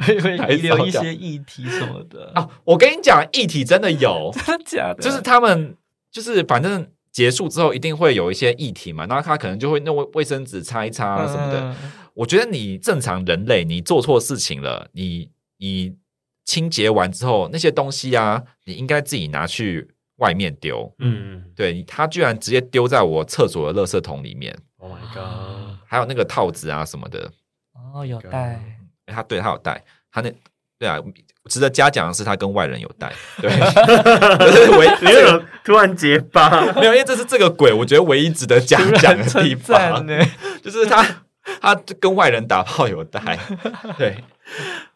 [SPEAKER 2] 会
[SPEAKER 1] 还
[SPEAKER 2] 遗留一
[SPEAKER 1] 烧掉
[SPEAKER 2] 些议题什么的。
[SPEAKER 1] 啊，我跟你讲，议题真的 有，
[SPEAKER 2] 真的假的？
[SPEAKER 1] 就是他们就是反正结束之后一定会有一些议题嘛，然后他可能就会用卫卫生纸擦一擦啊什么的。
[SPEAKER 2] 嗯
[SPEAKER 1] 我觉得你正常人类，你做错事情了，你你清洁完之后那些东西啊，你应该自己拿去外面丢。
[SPEAKER 3] 嗯
[SPEAKER 1] 对他居然直接丢在我厕所的垃圾桶里面，
[SPEAKER 3] ，Oh my god，
[SPEAKER 1] 还有那个套子啊什么的，
[SPEAKER 2] 哦，有 带
[SPEAKER 1] 诶他对他有带，他那对啊，值得嘉奖的是他跟外人有带，对， 这是唯
[SPEAKER 3] 你为什么突然结巴？
[SPEAKER 1] 没有，因为这是这个鬼，我觉得唯一值得嘉奖的地
[SPEAKER 2] 称
[SPEAKER 1] 方
[SPEAKER 2] 赞，呢。
[SPEAKER 1] 就是他他跟外人打炮有 带，对。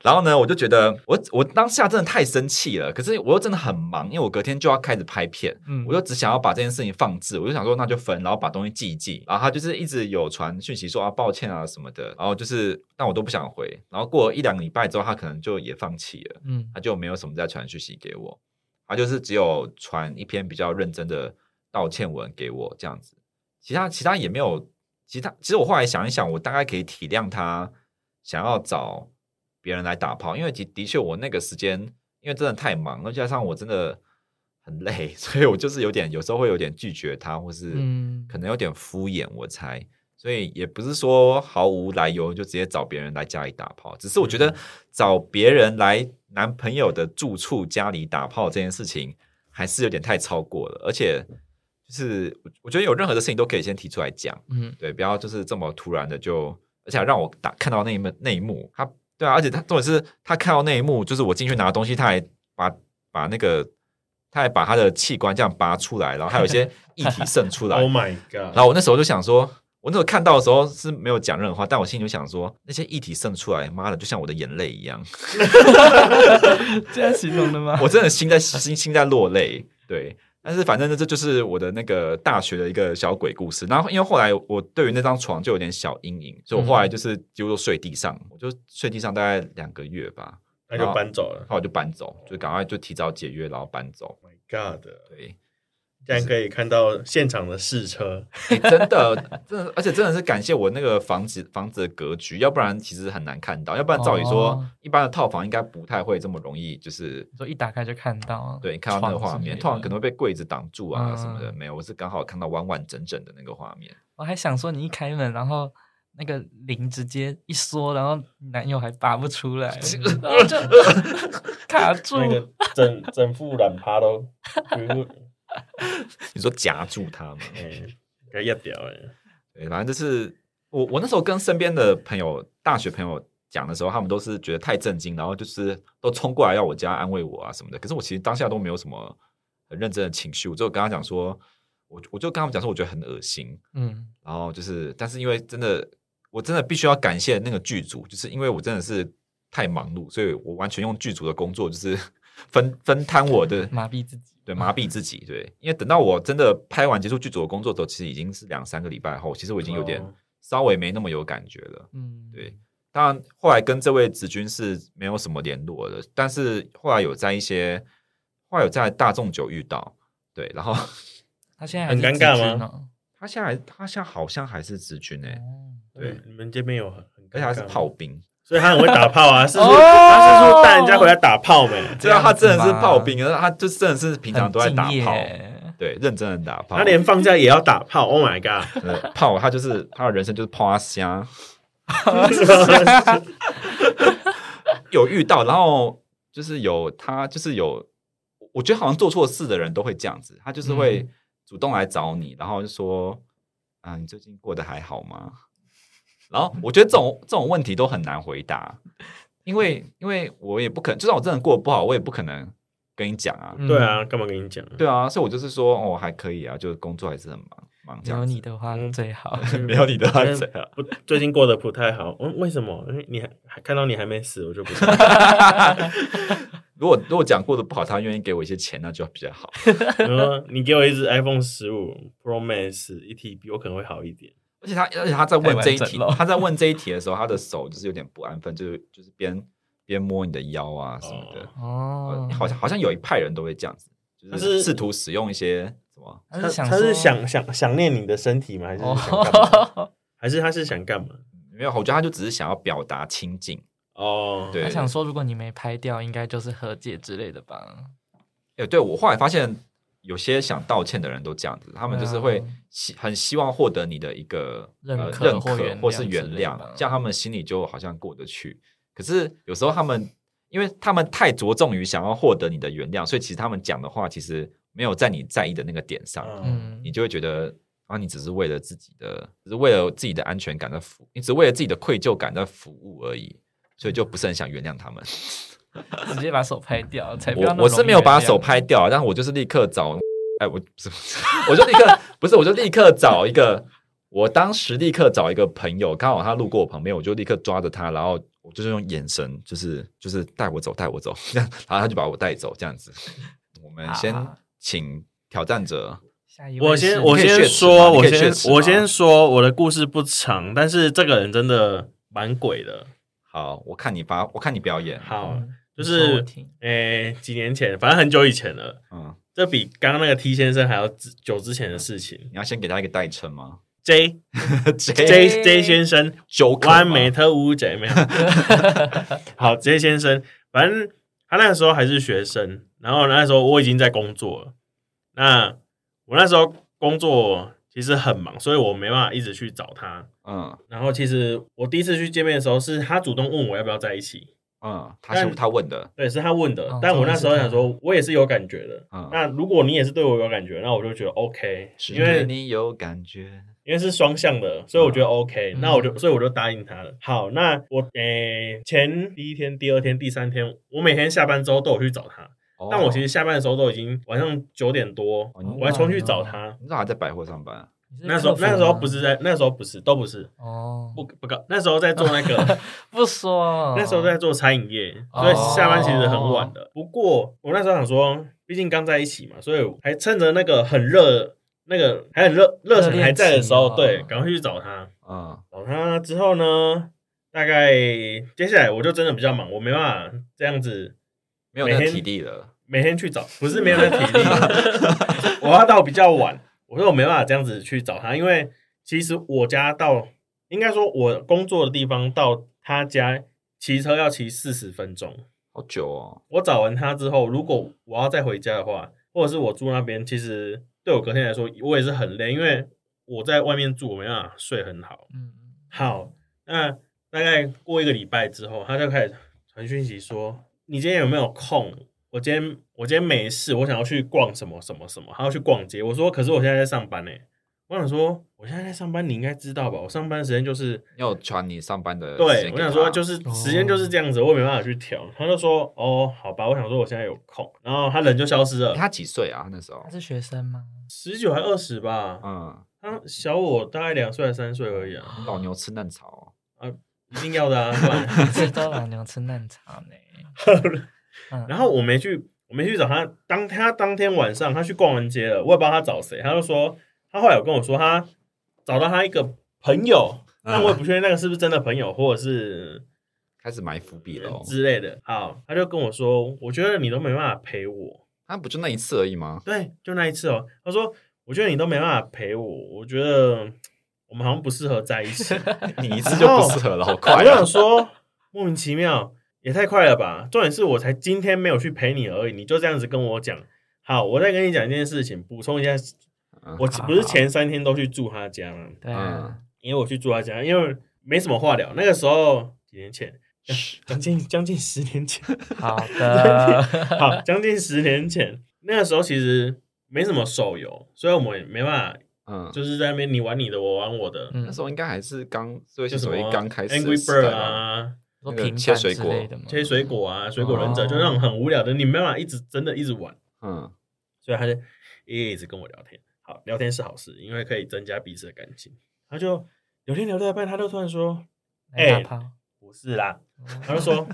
[SPEAKER 1] 然后呢，我就觉得我我当下真的太生气了，可是我又真的很忙，因为我隔天就要开始拍片，
[SPEAKER 2] 嗯
[SPEAKER 1] 我就只想要把这件事情放置，我就想说那就分，然后把东西记一记。然后他就是一直有传讯息说啊抱歉啊什么的，然后就是但我都不想回。然后过了一两个礼拜之后，他可能就也放弃了。
[SPEAKER 2] 嗯
[SPEAKER 1] 他就没有什么再传讯息给我，他就是只有传一篇比较认真的道歉文给我这样子，其他其他也没有，其他其实我后来想一想，我大概可以体谅他想要找别人来打炮，因为的的确我那个时间因为真的太忙，再加上我真的很累， 所以我就是有点有时候会有点拒绝他，或是
[SPEAKER 2] 嗯，
[SPEAKER 1] 可能有点敷衍，我猜。所以也不是说毫无来由就直接找别人来家里打炮，只是我觉得找别人来男朋友的住处家里打炮这件事情还是有点太超过了，而且就是我我觉得有任何的事情都可以先提出来讲，
[SPEAKER 2] 嗯
[SPEAKER 1] 对，不要就是这么突然的就，而且还让我打看到那一幕那一幕，他对啊，而且他重点是他看到那一幕，就是我进去拿东西，他还把把那个他还把他的器官这样拔出来，然后还有一些液体渗出来，
[SPEAKER 3] Oh my
[SPEAKER 1] 然
[SPEAKER 3] god！
[SPEAKER 1] 后我那时候就想说，我那时候看到的时候是没有讲任何话，但我心里就想说，那些液体渗出来，妈的，就像我的眼泪一样，
[SPEAKER 2] 这样形容的吗？
[SPEAKER 1] 我真的心在心心在落泪。 对，但是反正呢，这就是我的那个大学的一个小鬼故事。然后因为后来我对于那张床就有点小阴影，所以我后来就是几乎都睡地上，我就睡地上大概两个月吧，
[SPEAKER 3] 那就搬走了。
[SPEAKER 1] 后来我就搬走，就赶快就提早解约，然后搬走。
[SPEAKER 3] Oh my god！
[SPEAKER 1] 对，
[SPEAKER 3] 竟然可以看到现场的试车，
[SPEAKER 1] 欸、真的，真的，而且真的是感谢我那个房子房子的格局，要不然其实很难看到。要不然照理说，
[SPEAKER 2] 哦
[SPEAKER 1] 一般的套房应该不太会这么容易，就是
[SPEAKER 2] 你说一打开就看到，
[SPEAKER 1] 对你看到那个画
[SPEAKER 2] 床之类
[SPEAKER 1] 面，
[SPEAKER 2] 的
[SPEAKER 1] 通常可能会被柜子挡住啊什么的。
[SPEAKER 2] 嗯
[SPEAKER 1] 没有，我是刚好看到完完整整的那个画面。
[SPEAKER 2] 我还想说你一开门，然后那个铃直接一缩，然后男友还拔不出 来， 然后就卡住。
[SPEAKER 3] 那个整整副懒 趴都全部
[SPEAKER 1] 你说夹住它 吗？
[SPEAKER 3] 哎，给压掉哎。
[SPEAKER 1] 对，反正就是我我那时候跟身边的朋友，大学朋友讲的时候，他们都是觉得太震惊，然后就是都冲过来要我家安慰我啊什么的。可是我其实当下都没有什么很认真的情绪，我就跟他讲说，我我就跟他们讲说，我觉得很恶心，
[SPEAKER 2] 嗯，
[SPEAKER 1] 然后就是，但是因为真的。我真的必须要感谢那个剧组，就是因为我真的是太忙碌，所以我完全用剧组的工作就是 分分摊我的
[SPEAKER 2] 麻痹自己。
[SPEAKER 1] 对，麻痹自己。对，因为等到我真的拍完结束剧组的工作之后，其实已经是两三个礼拜后，其实我已经有点
[SPEAKER 3] 哦
[SPEAKER 1] 稍微没那么有感觉了。
[SPEAKER 2] 嗯，
[SPEAKER 1] 对，当然后来跟这位子君是没有什么联络的，但是后来有在一些，后来有在大众酒遇到，对，然后
[SPEAKER 2] 他现在还
[SPEAKER 3] 很
[SPEAKER 2] 是
[SPEAKER 3] 尴
[SPEAKER 2] 直
[SPEAKER 3] 尬
[SPEAKER 2] 军
[SPEAKER 3] 吗
[SPEAKER 2] 哦？
[SPEAKER 1] 他现在他现在好像还是子君哎、
[SPEAKER 2] 哦
[SPEAKER 1] 对，
[SPEAKER 3] 你们见面有很很
[SPEAKER 1] 而且还是
[SPEAKER 3] 尴尬吗
[SPEAKER 1] 炮，兵，
[SPEAKER 3] 所以他很会打炮啊，是不是？
[SPEAKER 2] 哦
[SPEAKER 3] 他是不是带人家回来打炮没？
[SPEAKER 1] 对啊，他真的是
[SPEAKER 2] 吗
[SPEAKER 1] 炮兵，然后他就真的是平常都在打
[SPEAKER 2] 很敬
[SPEAKER 1] 炮，
[SPEAKER 2] 业欸
[SPEAKER 1] 对，认真的打炮，
[SPEAKER 3] 他连放假也要打炮，Oh my god！
[SPEAKER 1] 真的炮，他就是他的人生就是炮啊香，有遇到，然后就是有他，就是有，我觉得好像做错事的人都会这样子，他就是会主动来找你，然后就说：“啊，你最近过得还好吗？”然后我觉得这种这种问题都很难回答，因为因为我也不可能，就算我真的过得不好，我也不可能跟你讲啊。
[SPEAKER 2] 嗯
[SPEAKER 3] 对啊，干嘛跟你讲？
[SPEAKER 1] 对啊，所以我就是说，哦，还可以啊，就是工作还是很忙忙这
[SPEAKER 2] 有
[SPEAKER 1] 样子
[SPEAKER 2] 你。的话
[SPEAKER 3] 嗯
[SPEAKER 2] 最 好。
[SPEAKER 1] 没有你的话
[SPEAKER 3] 觉得
[SPEAKER 1] 怎样？
[SPEAKER 3] 不，最近过得不太好。嗯，为什么？因为你还还看到你还没死，我就不。
[SPEAKER 1] 啊如果如果讲过得不好，他愿意给我一些钱，那就比较好。
[SPEAKER 3] 然后你给我一只 iPhone 十五 Pro Max 一 TB，我可能会好一点。
[SPEAKER 1] 而且他，而且他在问这一
[SPEAKER 2] 太完
[SPEAKER 1] 题
[SPEAKER 2] 整了，
[SPEAKER 1] 他在问这一题的时候，他的手就是有点不安分，就是就是边边摸你的腰啊什么的。
[SPEAKER 2] 哦
[SPEAKER 1] 呃，好像好像有一派人都会这样子，就
[SPEAKER 3] 但
[SPEAKER 1] 是
[SPEAKER 3] 是
[SPEAKER 1] 试图使用一些什么
[SPEAKER 2] 他
[SPEAKER 3] 他
[SPEAKER 2] 是想
[SPEAKER 3] 他是
[SPEAKER 2] 说
[SPEAKER 3] 想想想念你的身体吗？还是想干嘛？
[SPEAKER 2] 哦，
[SPEAKER 3] 还是他是想干嘛？
[SPEAKER 1] 没有，我觉得他就只是想要表达亲近。
[SPEAKER 3] 哦，
[SPEAKER 1] 对
[SPEAKER 2] 他想说，如果你没拍掉，应该就是和解之类的吧？
[SPEAKER 1] 哎、对我后来发现，有些想道歉的人都这样子，他们就是会
[SPEAKER 2] 对啊
[SPEAKER 1] 希很希望获得你的一个
[SPEAKER 2] 认
[SPEAKER 1] 呃
[SPEAKER 2] 可
[SPEAKER 1] 认
[SPEAKER 2] 或原
[SPEAKER 1] 可
[SPEAKER 2] 谅
[SPEAKER 1] 或是
[SPEAKER 2] 之
[SPEAKER 1] 原
[SPEAKER 2] 类
[SPEAKER 1] 谅
[SPEAKER 2] 吧，
[SPEAKER 1] 这样他们心里就好像过得去。可是有时候他们，因为他们太着重于想要获得你的原谅，所以其实他们讲的话其实没有在你在意的那个点上，
[SPEAKER 3] 嗯，
[SPEAKER 2] 嗯
[SPEAKER 1] 你，就会觉得啊，你只是为了自己的，只是为了自己的安全感在服，你只是为了自己的愧疚感在服务而已，所以就不是很想原谅他们。
[SPEAKER 2] 嗯直接把手拍掉，
[SPEAKER 3] 哎
[SPEAKER 2] 才不要那
[SPEAKER 1] 我
[SPEAKER 2] 么
[SPEAKER 1] 我是
[SPEAKER 2] 容易
[SPEAKER 1] 没有把
[SPEAKER 2] 原谅
[SPEAKER 3] 啊
[SPEAKER 1] 手拍掉，但我就是立刻找，哎， 我不是，我就立刻不是，我就立刻找一个，我当时立刻找一个朋友，刚好他路过我旁边，我就立刻抓着他，然后我就是用眼神，就是就是带我走，带我走， 这样，然后他就把我带走，这样 子。我们先
[SPEAKER 2] 啊
[SPEAKER 1] 请挑战者，
[SPEAKER 2] 下一位
[SPEAKER 3] 我
[SPEAKER 2] 是
[SPEAKER 3] 先我
[SPEAKER 1] 你可以
[SPEAKER 3] 先
[SPEAKER 1] 血池嘛
[SPEAKER 3] 说，
[SPEAKER 1] 你
[SPEAKER 3] 我
[SPEAKER 1] 可以血
[SPEAKER 3] 先
[SPEAKER 1] 池
[SPEAKER 3] 我
[SPEAKER 1] 嘛
[SPEAKER 3] 先说，我的故事不长，但是这个人真的蛮鬼的。
[SPEAKER 1] 好，我看你发，我看你表演，
[SPEAKER 3] 好，
[SPEAKER 2] 嗯
[SPEAKER 3] 哦就
[SPEAKER 2] 你说我
[SPEAKER 3] 是
[SPEAKER 2] 听
[SPEAKER 3] 诶、几年前，反正很久以前了。
[SPEAKER 1] 嗯，
[SPEAKER 3] 这比刚刚那个 T 先生还要之久之前的事情。
[SPEAKER 1] 你要先给他一个代称 吗
[SPEAKER 3] J
[SPEAKER 1] ？J
[SPEAKER 3] J J 先生，
[SPEAKER 1] 九
[SPEAKER 3] 完美特务姐妹。好，J 先生，反正他那个时候还是学生，然后那时候我已经在工作了。那我那时候工作其实很忙，所以我没办法一直去找他。
[SPEAKER 1] 嗯
[SPEAKER 3] 然后其实我第一次去见面的时候，是他主动问我要不要在一起，
[SPEAKER 1] 嗯，他是
[SPEAKER 3] 但
[SPEAKER 1] 他问的，
[SPEAKER 3] 对，是他问的
[SPEAKER 2] 哦。
[SPEAKER 3] 但我那时候
[SPEAKER 2] 终于
[SPEAKER 3] 想
[SPEAKER 2] 是他
[SPEAKER 3] 说，我也是有感觉的。
[SPEAKER 1] 嗯，
[SPEAKER 3] 那如果你也是对我有感觉，那我就觉得 OK，
[SPEAKER 1] 是
[SPEAKER 3] 因为
[SPEAKER 1] 你有感觉，
[SPEAKER 3] 因为是双向的，所以我觉得 OK，、
[SPEAKER 2] 嗯
[SPEAKER 3] 那我就所以我就答应他了。好，那我诶、前第一天、第二天、第三天，我每天下班之后都有去找他，
[SPEAKER 1] 哦
[SPEAKER 3] 但我其实下班的时候都已经晚上九点多，
[SPEAKER 1] 哦你
[SPEAKER 3] 我还冲去找他。
[SPEAKER 1] 你知道还在百货上班啊？
[SPEAKER 2] 你哦是
[SPEAKER 3] 那时候
[SPEAKER 2] 客服
[SPEAKER 3] 那时候
[SPEAKER 2] 吗
[SPEAKER 3] 不是在那时候不是都不是
[SPEAKER 2] 哦，
[SPEAKER 3] 不不搞，那时候在做那 个
[SPEAKER 2] 不说，
[SPEAKER 3] 那时候在做餐饮业，
[SPEAKER 2] 哦
[SPEAKER 3] 所以下班其实很晚的。不过我那时候想说，毕竟刚在一起嘛，所以还趁着那个很热。那个还很热热
[SPEAKER 2] 热
[SPEAKER 3] 忱
[SPEAKER 2] 恋
[SPEAKER 3] 还在的时候，
[SPEAKER 2] 期哦
[SPEAKER 3] 对，赶快去找他。
[SPEAKER 1] 嗯，
[SPEAKER 3] 找他之后呢，大概接下来我就真的比较忙，我没办法这样子
[SPEAKER 1] 没有那
[SPEAKER 3] 每
[SPEAKER 1] 个
[SPEAKER 3] 天
[SPEAKER 1] 体力了。
[SPEAKER 3] 每天去找，不是没有那体力， 我要到比较晚。我说我没办法这样子去找他，因为其实我家到应该说我工作的地方到他家骑车要骑四十分钟。
[SPEAKER 1] 好久哦，
[SPEAKER 3] 我找完他之后，如果我要再回家的话，或者是我住那边，其实对我隔天来说，我也是很累，因为我在外面住，我没办法睡很好。
[SPEAKER 2] 嗯，
[SPEAKER 3] 好，那大概过一个礼拜之后，他就开始传讯息说：“你今天有没有空？我今天我今天没事，我想要去逛什么什么什么，还要去逛街。”我说：“可是我现在在上班呢、欸我想说，我现在在上班，你应该知道吧？我上班时间就是
[SPEAKER 1] 要传你上班的呃时
[SPEAKER 3] 对
[SPEAKER 1] 间，给
[SPEAKER 3] 我
[SPEAKER 1] 他
[SPEAKER 3] 想说就是时间就是这样子，我也没办法去调。他就说：“哦，好吧。”我想说我现在有空，然后他人就消失
[SPEAKER 1] 欸
[SPEAKER 3] 了。
[SPEAKER 1] 他几岁啊？那时候
[SPEAKER 2] 他，是学生吗？
[SPEAKER 3] 十九还二十吧，
[SPEAKER 1] 嗯，
[SPEAKER 3] 他小我大概两岁还三岁而已啊。
[SPEAKER 1] 老牛吃嫩草哦
[SPEAKER 3] 一定要的啊。不然
[SPEAKER 2] 吃刀郎娘吃嫩草 呢。嗯
[SPEAKER 3] 然后我没去，我没去找他。当他当天晚上他去逛完街了，我也不知道他找谁，他就说他后来有跟我说他找到他一个朋友，但我也不确定那个是不是真的朋友，或者是
[SPEAKER 1] 开始埋伏笔哦喽。
[SPEAKER 3] 之类的。好，他就跟我说，我觉得你都没办法陪我。
[SPEAKER 1] 他啊不就那一次而已吗？
[SPEAKER 3] 对，就那一次哦。他说，我觉得你都没办法陪我，我觉得我们好像不适合在一起。
[SPEAKER 1] 你一次就不适合了，好快
[SPEAKER 3] 我就
[SPEAKER 1] 啊
[SPEAKER 3] 想！说，莫名其妙，也太快了吧！重点是我才今天没有去陪你而已，你就这样子跟我讲。好，我再跟你讲一件事情，补充一下，
[SPEAKER 1] 嗯
[SPEAKER 3] 我
[SPEAKER 2] 好
[SPEAKER 3] 不是前三天都去住他家吗？
[SPEAKER 2] 对啊，
[SPEAKER 3] 因为我去住他家，因为没什么话聊。那个时候几年前， 将近将近十年 前，
[SPEAKER 2] 好 的，
[SPEAKER 3] 好，将近十年前，那个时候其实没什么手游，所以我们也没办法，
[SPEAKER 1] 嗯，
[SPEAKER 3] 就是在那边你玩你的，我玩我的，
[SPEAKER 1] 那
[SPEAKER 2] 嗯，
[SPEAKER 1] 时候应该还是刚，所以
[SPEAKER 3] 就是什
[SPEAKER 1] 所
[SPEAKER 3] 么
[SPEAKER 1] 谓刚开始的
[SPEAKER 3] Angry
[SPEAKER 1] 时代
[SPEAKER 3] Bird
[SPEAKER 1] 吧，
[SPEAKER 3] 啊，
[SPEAKER 2] 说
[SPEAKER 1] 那个
[SPEAKER 2] 平
[SPEAKER 1] 切
[SPEAKER 2] 淡
[SPEAKER 1] 水
[SPEAKER 2] 之
[SPEAKER 1] 果
[SPEAKER 2] 类的嘛，
[SPEAKER 3] 切水果啊，水果忍者，
[SPEAKER 2] 哦
[SPEAKER 3] 就那种很无聊的，你没办法一直真的一直玩，
[SPEAKER 1] 嗯，
[SPEAKER 3] 所以他就一直跟我聊天。好，聊天是好事，因为可以增加彼此的感情。他就聊天聊到一半，他就突然说
[SPEAKER 2] 奶
[SPEAKER 3] 哎
[SPEAKER 2] 大炮，：“
[SPEAKER 3] 不是啦。”他
[SPEAKER 2] 哦
[SPEAKER 3] 就说：“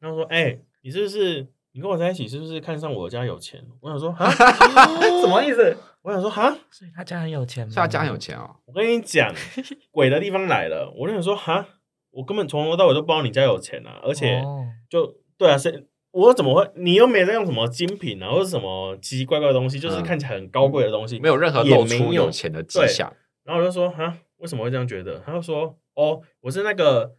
[SPEAKER 3] 他就说，哎、你是不是你跟我在一起，是不是看上我家有钱？”我想说：“啊， 什么意思？”我想说：“哈，
[SPEAKER 2] 所以他家很有钱吗？
[SPEAKER 1] 所以他家很有钱哦，
[SPEAKER 3] 我跟你 讲，鬼的地方来了。”我就想说：“哈，我根本从头到尾都不知道你家有钱啊，而
[SPEAKER 2] 而
[SPEAKER 3] 且。就对啊，是我怎么会？你又没在用什么精品啊，或者什么奇奇怪怪的东西，就是
[SPEAKER 1] 嗯
[SPEAKER 3] 看起来很高贵的东西。
[SPEAKER 1] 没有任何
[SPEAKER 3] 也
[SPEAKER 1] 露
[SPEAKER 3] 没
[SPEAKER 1] 出
[SPEAKER 3] 有
[SPEAKER 1] 有钱的迹
[SPEAKER 3] 对
[SPEAKER 1] 象。
[SPEAKER 3] 然后我就说啊，为什么会这样觉得？他就说哦，我是那个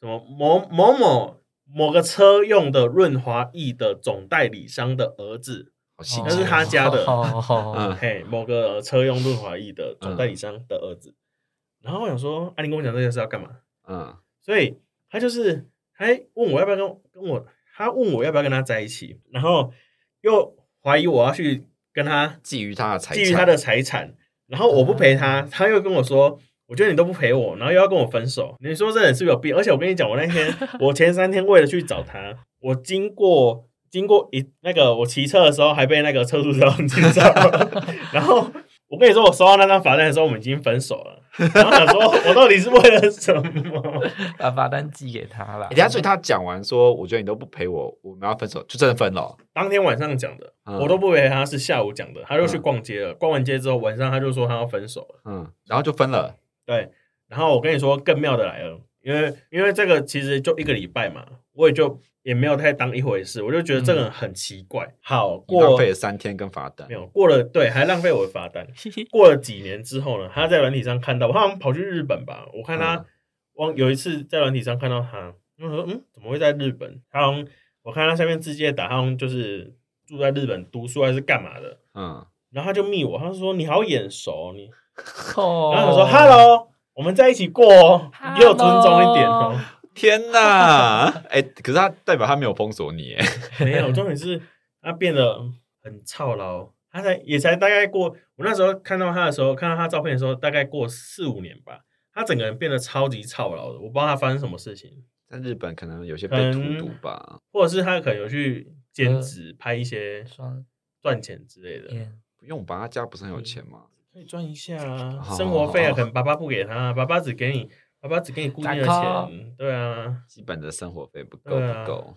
[SPEAKER 3] 什么某某某某个车用的润滑液的总代理商的儿子，
[SPEAKER 1] 好细
[SPEAKER 3] 但
[SPEAKER 1] 节
[SPEAKER 3] 是他
[SPEAKER 1] 哦，
[SPEAKER 3] 家的
[SPEAKER 2] 哦，
[SPEAKER 1] 嗯
[SPEAKER 3] 嘿，某个车用润滑液的总代理商的儿子。然后我想说，啊，你跟我讲这个是要干嘛？
[SPEAKER 1] 嗯
[SPEAKER 3] 所以他就是还问我要不要跟跟我，他问我要不要跟他在一起，然后又怀疑我要去跟他
[SPEAKER 1] 觊觎他的财产，啊
[SPEAKER 3] 觊觎他的财产，然后我不陪他，他又跟我说。我觉得你都不陪我，然后又要跟我分手，你说这人是不是有病？而且我跟你讲，我那 天我前三天为了去找他，我经过经过一那个我骑车的时候还被那个车速照镜照， 然后我跟你说我收到那张罚单的时候，我们已经分手了，然后想说我到底是为了什么？
[SPEAKER 1] 嗯
[SPEAKER 2] 把罚单寄给他了
[SPEAKER 1] 欸。等一下，所以他讲完说，我觉得你都不陪我，我们要分手，就真的分了哦。
[SPEAKER 3] 当天晚上讲的，
[SPEAKER 1] 嗯
[SPEAKER 3] 我都不以为他是下午讲的，他就去
[SPEAKER 1] 嗯
[SPEAKER 3] 逛街了。逛完街之后，晚上他就说他要分手了。
[SPEAKER 1] 嗯，然后就分了。
[SPEAKER 3] 对，然后我跟你说更妙的来了，因为因为这个其实就一个礼拜嘛，我也就也没有太当一回事，我就觉得这个人很奇怪。好，
[SPEAKER 1] 嗯你浪
[SPEAKER 3] 过
[SPEAKER 1] 费了三天跟罚单
[SPEAKER 3] 没。有过了，对，还浪费我的罚单。过了几年之后呢，他在软体上看到我，他好像跑去日本吧，我看他
[SPEAKER 1] 嗯
[SPEAKER 3] 忘、有一次在软体上看到他，我说嗯，怎么会在日本？他好像我看他下面字界打，他好像就是住在日本读书还是干嘛的，
[SPEAKER 1] 嗯，
[SPEAKER 3] 然后他就密我，他说你好眼熟你，
[SPEAKER 2] 哦
[SPEAKER 3] 然后我说 Hello，我们在一起过哦，你给我尊重一点哦。
[SPEAKER 1] 天哪！哎、可是他代表他没有封锁你耶，
[SPEAKER 3] 没有，重点是他变得很操劳，他才也才大概过，我那时候看到他的时候，看到他照片的时候，大概过四五年吧，他整个人变得超级操劳的，我不知道他发生什么事情，
[SPEAKER 1] 在日本可能有些被荼毒吧，
[SPEAKER 3] 或者是他可能有去
[SPEAKER 2] 呃
[SPEAKER 3] 兼职拍一些
[SPEAKER 2] 双
[SPEAKER 3] 赚钱之类的，
[SPEAKER 2] 眼
[SPEAKER 1] 不用吧？他家不是很有钱吗？
[SPEAKER 3] 可以赚一下啊，
[SPEAKER 1] 好
[SPEAKER 3] 生活费啊，
[SPEAKER 1] 好
[SPEAKER 3] 可能爸爸不给他，爸爸只给你，爸爸只给你固定的
[SPEAKER 2] 打 call
[SPEAKER 3] 钱，对啊，
[SPEAKER 1] 基本的生活费不够，
[SPEAKER 3] 对啊
[SPEAKER 1] 不够。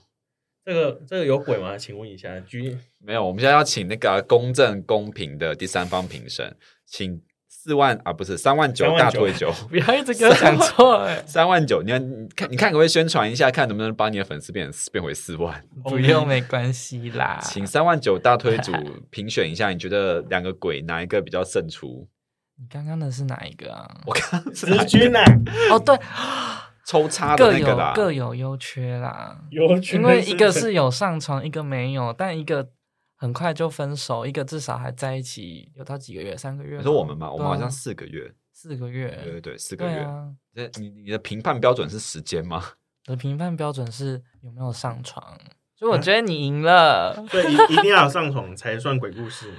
[SPEAKER 3] 这个这个有鬼吗？请问一下， 居
[SPEAKER 1] 没有，我们现在要请那个公正公平的第三方评审，请四万啊，不是三万九
[SPEAKER 3] 39,000
[SPEAKER 1] 大推酒，，
[SPEAKER 2] 不要一直给我讲错哎
[SPEAKER 1] 三万九，你看，你看，你看，可不可以宣传一下，看能不能把你的粉丝变变回四万？
[SPEAKER 2] 不用没关系啦。
[SPEAKER 1] 请三万九大推 组评选一下，你觉得两个鬼哪一个比较胜 出？
[SPEAKER 2] 你刚刚的是哪一个啊？
[SPEAKER 1] 我刚是
[SPEAKER 3] 直军啊，
[SPEAKER 2] 哦，对，
[SPEAKER 1] 抽插的
[SPEAKER 2] 各
[SPEAKER 1] 那
[SPEAKER 2] 有
[SPEAKER 1] 个啦，
[SPEAKER 2] 各有优缺啦。
[SPEAKER 3] 有
[SPEAKER 2] 因为一个是有上床，一个没有，但一个很快就分手，一个至少还在一起有到几个月，三个月吗。
[SPEAKER 1] 你说我们嘛，我们好
[SPEAKER 2] 对啊
[SPEAKER 1] 像四个月，
[SPEAKER 2] 四个月，
[SPEAKER 1] 对对对，四个
[SPEAKER 2] 对
[SPEAKER 1] 月。
[SPEAKER 2] 啊。
[SPEAKER 1] 那你你的评判标准是时间吗？
[SPEAKER 2] 我的评判标准是有没有上床，所以
[SPEAKER 3] 嗯
[SPEAKER 2] 我觉得你赢了。
[SPEAKER 3] 对，一一定要有上床才算鬼故事。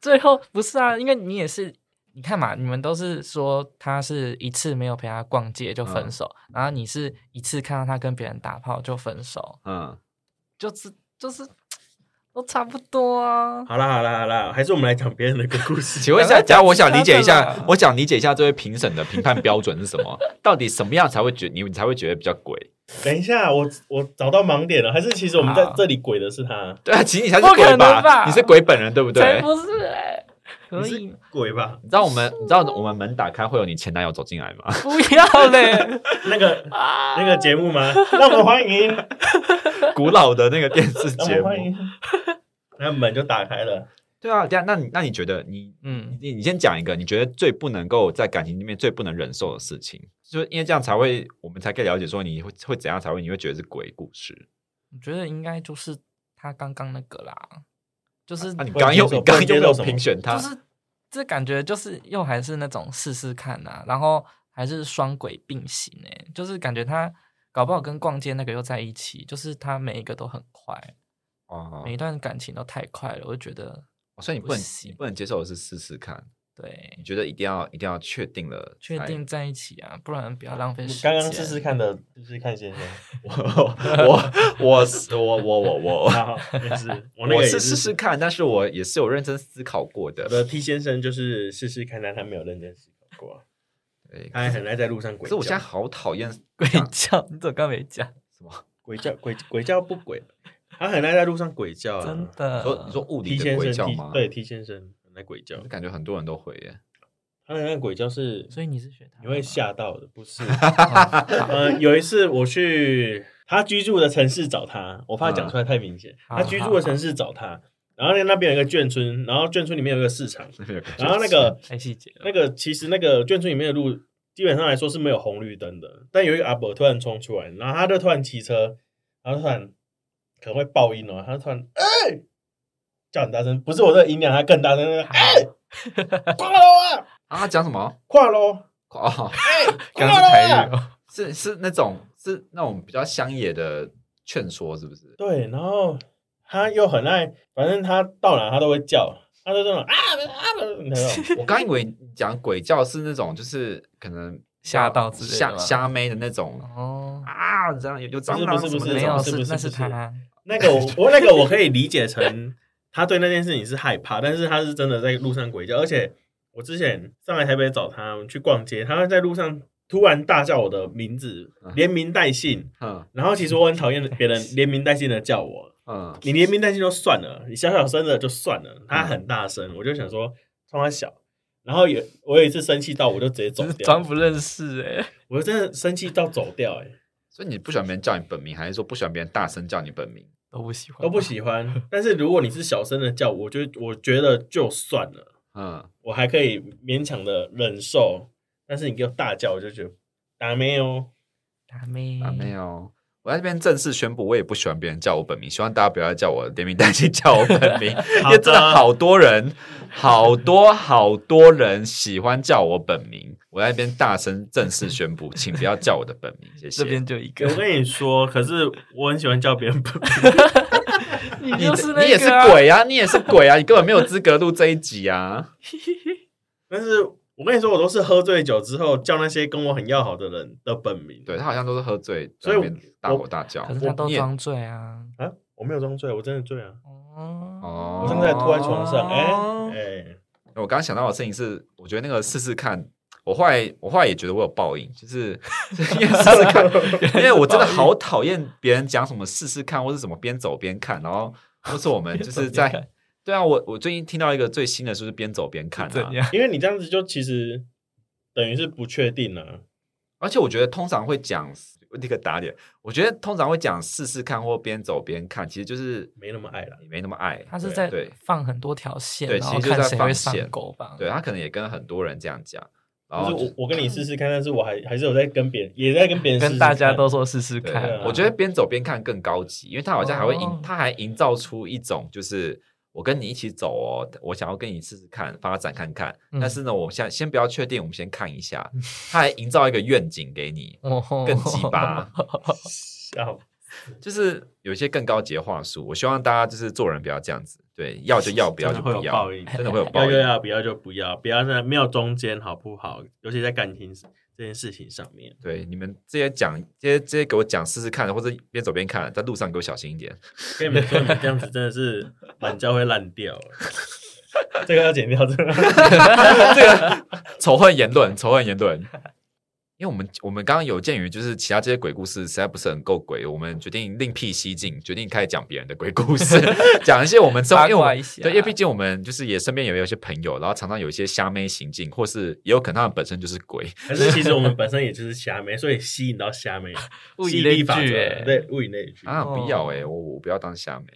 [SPEAKER 2] 最后不是啊，因为你也是，你看嘛，你们都是说他是一次没有陪他逛街就
[SPEAKER 3] 嗯
[SPEAKER 2] 分手，然后你是嗯一次看到他跟别人打炮就分手，
[SPEAKER 1] 嗯，
[SPEAKER 2] 就是就是都差不多啊。
[SPEAKER 3] 好啦好啦好啦，还是我们来讲别人的个故事。
[SPEAKER 1] 请问一下，
[SPEAKER 2] 本来
[SPEAKER 1] 假如我想理解一
[SPEAKER 2] 讲其他的
[SPEAKER 1] 下
[SPEAKER 2] 啦，
[SPEAKER 1] 我想理解一下这位评审的评判标准是什 么？到底什么样才会觉你你才会觉得比较鬼？
[SPEAKER 3] 等一下，我我找到盲点了，还是其实我们在
[SPEAKER 1] 好
[SPEAKER 3] 这里鬼的是他？
[SPEAKER 1] 对啊，其实你才是
[SPEAKER 2] 不可
[SPEAKER 1] 鬼
[SPEAKER 2] 能吧
[SPEAKER 1] 你是鬼本人对不对？
[SPEAKER 2] 才不是哎、可
[SPEAKER 3] 你
[SPEAKER 2] 以
[SPEAKER 3] 是鬼吧？
[SPEAKER 1] 你知道我们你知道我们门打开会有你前男友走进来 吗？
[SPEAKER 2] 不要 嘞
[SPEAKER 3] 那个
[SPEAKER 2] 啊！
[SPEAKER 3] 那个节目吗？让我们欢迎，让
[SPEAKER 1] 古老的那个电视
[SPEAKER 3] 我
[SPEAKER 1] 节
[SPEAKER 3] 们
[SPEAKER 1] 目
[SPEAKER 3] 欢。迎。那门就打开了，
[SPEAKER 1] 对啊，这样那你那你觉得你
[SPEAKER 2] 嗯，
[SPEAKER 1] 你你先讲一个，你觉得最不能够在感情里面最不能忍受的事情，就是因为这样才会我们才可以了解说你会会怎样才会你会觉得是鬼故事。
[SPEAKER 2] 我觉得应该就是他刚刚那个啦，就是、
[SPEAKER 1] 啊那、你
[SPEAKER 3] 啊不
[SPEAKER 1] 刚
[SPEAKER 3] 能
[SPEAKER 1] 刚又
[SPEAKER 3] 接受
[SPEAKER 1] 你刚刚又没有
[SPEAKER 3] 不能接受什么
[SPEAKER 1] 评选他，
[SPEAKER 2] 就是这感觉就是又还是那种试试看呐、然后还是双轨并行哎、就是感觉他搞不好跟逛街那个又在一起，就是他每一个都很快，
[SPEAKER 1] 哦
[SPEAKER 2] 每一段感情都太快了，我就觉得
[SPEAKER 1] 所以你不能
[SPEAKER 2] 不
[SPEAKER 1] 你
[SPEAKER 2] 行
[SPEAKER 1] 不能接受的是试试看，
[SPEAKER 2] 对
[SPEAKER 1] 你，觉得一定要一定要确定了才，
[SPEAKER 2] 确定在一起啊，不然不要浪费时间。
[SPEAKER 3] 哎刚刚试试，看的，试试看先生。
[SPEAKER 1] 我 我我我我我我
[SPEAKER 3] 好，没事， 我那
[SPEAKER 1] 我
[SPEAKER 3] 个也
[SPEAKER 1] 是试试看，但是我也是有认真思考过
[SPEAKER 3] 我
[SPEAKER 1] 的。
[SPEAKER 3] 的 T 先生就是试试看，但他没有认真思考过，
[SPEAKER 1] 对，
[SPEAKER 3] 他还很爱在路上
[SPEAKER 1] 哎可
[SPEAKER 3] 哎鬼
[SPEAKER 1] 是
[SPEAKER 3] 叫。
[SPEAKER 1] 我现在好讨厌
[SPEAKER 2] 鬼叫，你怎么刚没讲？
[SPEAKER 1] 什么？
[SPEAKER 3] 鬼叫鬼鬼叫不鬼，他很爱在路上鬼叫啊。
[SPEAKER 2] 真的，
[SPEAKER 1] 你说你说物
[SPEAKER 3] T
[SPEAKER 1] 理的
[SPEAKER 3] 先
[SPEAKER 1] 鬼
[SPEAKER 3] 生
[SPEAKER 1] 叫
[SPEAKER 3] T
[SPEAKER 1] 吗？
[SPEAKER 3] 对 T 先生很爱鬼叫，
[SPEAKER 1] 感觉很多人都会耶。
[SPEAKER 3] 他很爱鬼叫是
[SPEAKER 2] 所以你是学他的吗，
[SPEAKER 3] 你会吓到的，不是？
[SPEAKER 2] 哦。好
[SPEAKER 3] 呃，有一次我去他居住的城市找他，我怕讲出来太明显。
[SPEAKER 2] 嗯
[SPEAKER 3] 他居住的城市找他，然后那那边有一个眷村，然后眷村里面有一个市场，然
[SPEAKER 1] 然
[SPEAKER 3] 后那个
[SPEAKER 2] 太细节了，
[SPEAKER 3] 那个其实那个眷村里面的路基本上来说是没有红绿灯的，但有一个阿伯突然冲出来，然后他就突然骑车，然后突然可能会爆音哦，他就突然哎、叫很大声，不是我这个音量，他更大声，哎、 挂了啊，
[SPEAKER 1] 啊，讲什么？
[SPEAKER 3] 挂了，
[SPEAKER 1] 哦，
[SPEAKER 3] 哎、
[SPEAKER 1] 刚
[SPEAKER 3] 挂
[SPEAKER 1] 刚是台
[SPEAKER 3] 了
[SPEAKER 1] 语，哦，是是那种是那种比较乡野的劝说，是不是？
[SPEAKER 3] 对，然后他又很爱，反正他到哪他都会叫，他就这种啊啊那种，
[SPEAKER 1] 我刚以为你讲鬼叫是那种，就是可能
[SPEAKER 2] 吓到之类的
[SPEAKER 1] 吓
[SPEAKER 2] 吗
[SPEAKER 1] 吓妹的那种
[SPEAKER 2] 哦，
[SPEAKER 1] 啊，这样有有蟑
[SPEAKER 3] 不
[SPEAKER 1] 螂
[SPEAKER 3] 是
[SPEAKER 1] 什
[SPEAKER 3] 不
[SPEAKER 1] 么
[SPEAKER 3] 是
[SPEAKER 1] 那
[SPEAKER 2] 没
[SPEAKER 1] 种
[SPEAKER 2] 有
[SPEAKER 3] 不是不是
[SPEAKER 2] 那
[SPEAKER 3] 不是
[SPEAKER 2] 是他，
[SPEAKER 3] 那个我我那个我可以理解成他对那件事情是害怕，但是他是真的在路上鬼叫，而且我之前上来台北找他，我们去逛街，他会在路上突然大叫我的名字，
[SPEAKER 2] 啊
[SPEAKER 3] 连名带姓，
[SPEAKER 1] 嗯
[SPEAKER 3] 然后其实我很讨厌别 人连名带姓的叫我，
[SPEAKER 1] 嗯，
[SPEAKER 3] 你连名带姓就算了，你小小声的就算了，
[SPEAKER 2] 嗯
[SPEAKER 3] 他很大声，我就想说冲他小。然后有我有一次生气到我就直接走
[SPEAKER 2] 只是
[SPEAKER 3] 掉
[SPEAKER 2] 装，不认识哎。
[SPEAKER 3] 我真的生气到走掉、 欸，
[SPEAKER 1] 所以你不喜欢别人叫你本名，还是说不喜欢别人大声叫你本名？
[SPEAKER 2] 都不喜欢，
[SPEAKER 3] 都不。喜欢。但是如果你是小声的叫，我就我觉得就算了，
[SPEAKER 1] 嗯，
[SPEAKER 3] 我还可以勉强的忍受。但是你给我大叫，我就觉得打哦没有，
[SPEAKER 2] 打妹，
[SPEAKER 1] 啊，没有。我在这边正式宣布，我也不喜欢别人叫我本名，希望大家不要再叫我连名带姓叫我本名，因为真的好多人，好多好多人喜欢叫我本名。我在这边大声正式宣布，请不要叫我的本名，谢谢。
[SPEAKER 2] 这边就一 个
[SPEAKER 3] 我，跟你说，可是我很喜欢叫别人本名，
[SPEAKER 2] 你
[SPEAKER 1] 你
[SPEAKER 2] 就是那个啊
[SPEAKER 1] 你也是，鬼啊，你也是鬼啊，你根本没有资格录这一集啊！
[SPEAKER 3] 但是我跟你说，我都是喝醉酒之后叫那些跟我很要好的人的本名。
[SPEAKER 1] 对他好像都是喝醉，
[SPEAKER 3] 所以我
[SPEAKER 1] 在那边大吼大叫
[SPEAKER 2] 可。是他都
[SPEAKER 1] 你也
[SPEAKER 2] 装醉啊。
[SPEAKER 3] 啊，我没有装醉，我真的醉啊，
[SPEAKER 2] 哦
[SPEAKER 1] 哦
[SPEAKER 3] 我真的吐在床上，哎、
[SPEAKER 1] 哦
[SPEAKER 3] 哎、
[SPEAKER 1] 我刚刚想到的事情是，我觉得那个试试看，我后来我后来也觉得我有报应，就是因为试试 看，因为我真的好讨厌别人讲什么试试看，或是什么边走边看，然 后或是我们就是
[SPEAKER 2] 边走边
[SPEAKER 1] 在对啊，我我最近听到一个最新的就是边走边看啊
[SPEAKER 2] 怎，样？
[SPEAKER 3] 因为你这样子就其实等于是不确定啊。
[SPEAKER 1] 而且我觉得通常会讲立刻打脸，我觉得通常会讲试试看或边走边看，其实就是
[SPEAKER 3] 没那么爱啦
[SPEAKER 1] 你没那么爱，
[SPEAKER 2] 他是
[SPEAKER 1] 对
[SPEAKER 2] 在
[SPEAKER 1] 对
[SPEAKER 2] 放很多条线，
[SPEAKER 1] 对
[SPEAKER 2] 然
[SPEAKER 1] 其
[SPEAKER 2] 后
[SPEAKER 1] 实就是
[SPEAKER 2] 看
[SPEAKER 1] 在
[SPEAKER 2] 谁
[SPEAKER 1] 放
[SPEAKER 2] 会上
[SPEAKER 1] 线
[SPEAKER 2] 钩吧？
[SPEAKER 1] 对他可能也跟很多人这样讲，然
[SPEAKER 3] 就是
[SPEAKER 1] 后就
[SPEAKER 3] 我我跟你试试看，但是我还还是有在跟别人，也在跟别人试
[SPEAKER 2] 跟
[SPEAKER 3] 试
[SPEAKER 2] 大家
[SPEAKER 3] 看
[SPEAKER 2] 都说试试
[SPEAKER 1] 对
[SPEAKER 2] 看
[SPEAKER 3] 啊，
[SPEAKER 1] 我觉得边走边看更高级，因为他好像还会营，
[SPEAKER 2] 哦
[SPEAKER 1] 他还营造出一种就是我跟你一起走哦，我想要跟你试试看，发展看看。
[SPEAKER 2] 嗯
[SPEAKER 1] 但是呢，我现在先不要确定，我们先看一下。他还营造一个愿景给你，
[SPEAKER 2] 哦
[SPEAKER 1] 更鸡巴。
[SPEAKER 3] 笑
[SPEAKER 1] 就是有一些更高级的话术。我希望大家就是做人不要这样子，对，要就要，不要
[SPEAKER 3] 真
[SPEAKER 1] 就
[SPEAKER 3] 的会
[SPEAKER 1] 不
[SPEAKER 3] 有
[SPEAKER 1] 要
[SPEAKER 3] 报，应，
[SPEAKER 1] 真的 会有报
[SPEAKER 3] 要就
[SPEAKER 1] 应。
[SPEAKER 3] 要，不要就不要，不要在没有中间好不好？尤其在感情这件事情上面，
[SPEAKER 1] 对，你们这些讲这些这些给我讲试试看，或者边走边看，在路上给我小心一点。
[SPEAKER 3] 跟你们说，你们这样子真 的是懒觉会烂掉。这个要剪掉，这个
[SPEAKER 1] 这个仇恨言论，仇恨言论。因为我们我们刚刚有鉴于就是其他这些鬼故事实在不是很够鬼，我们决定另辟蹊径，决定开始讲别人的鬼故 事，讲一些我们生活，因为我
[SPEAKER 2] 八卦
[SPEAKER 1] 们
[SPEAKER 2] 一下
[SPEAKER 1] 对，因为毕竟我们就是也身边也有一些朋友，然后常常有一些虾妹行径，或是也有可能他们本身就是鬼，
[SPEAKER 3] 可是其实我们本身也就是虾妹，所以吸引到 虾妹，
[SPEAKER 2] 物
[SPEAKER 3] 吸
[SPEAKER 2] 以
[SPEAKER 3] 引力
[SPEAKER 2] 类
[SPEAKER 3] 法则，
[SPEAKER 2] 聚，哎，
[SPEAKER 3] 啊对，物以类聚。
[SPEAKER 1] 欸啊，
[SPEAKER 2] 哦
[SPEAKER 1] 不要哎、我我不要当虾妹。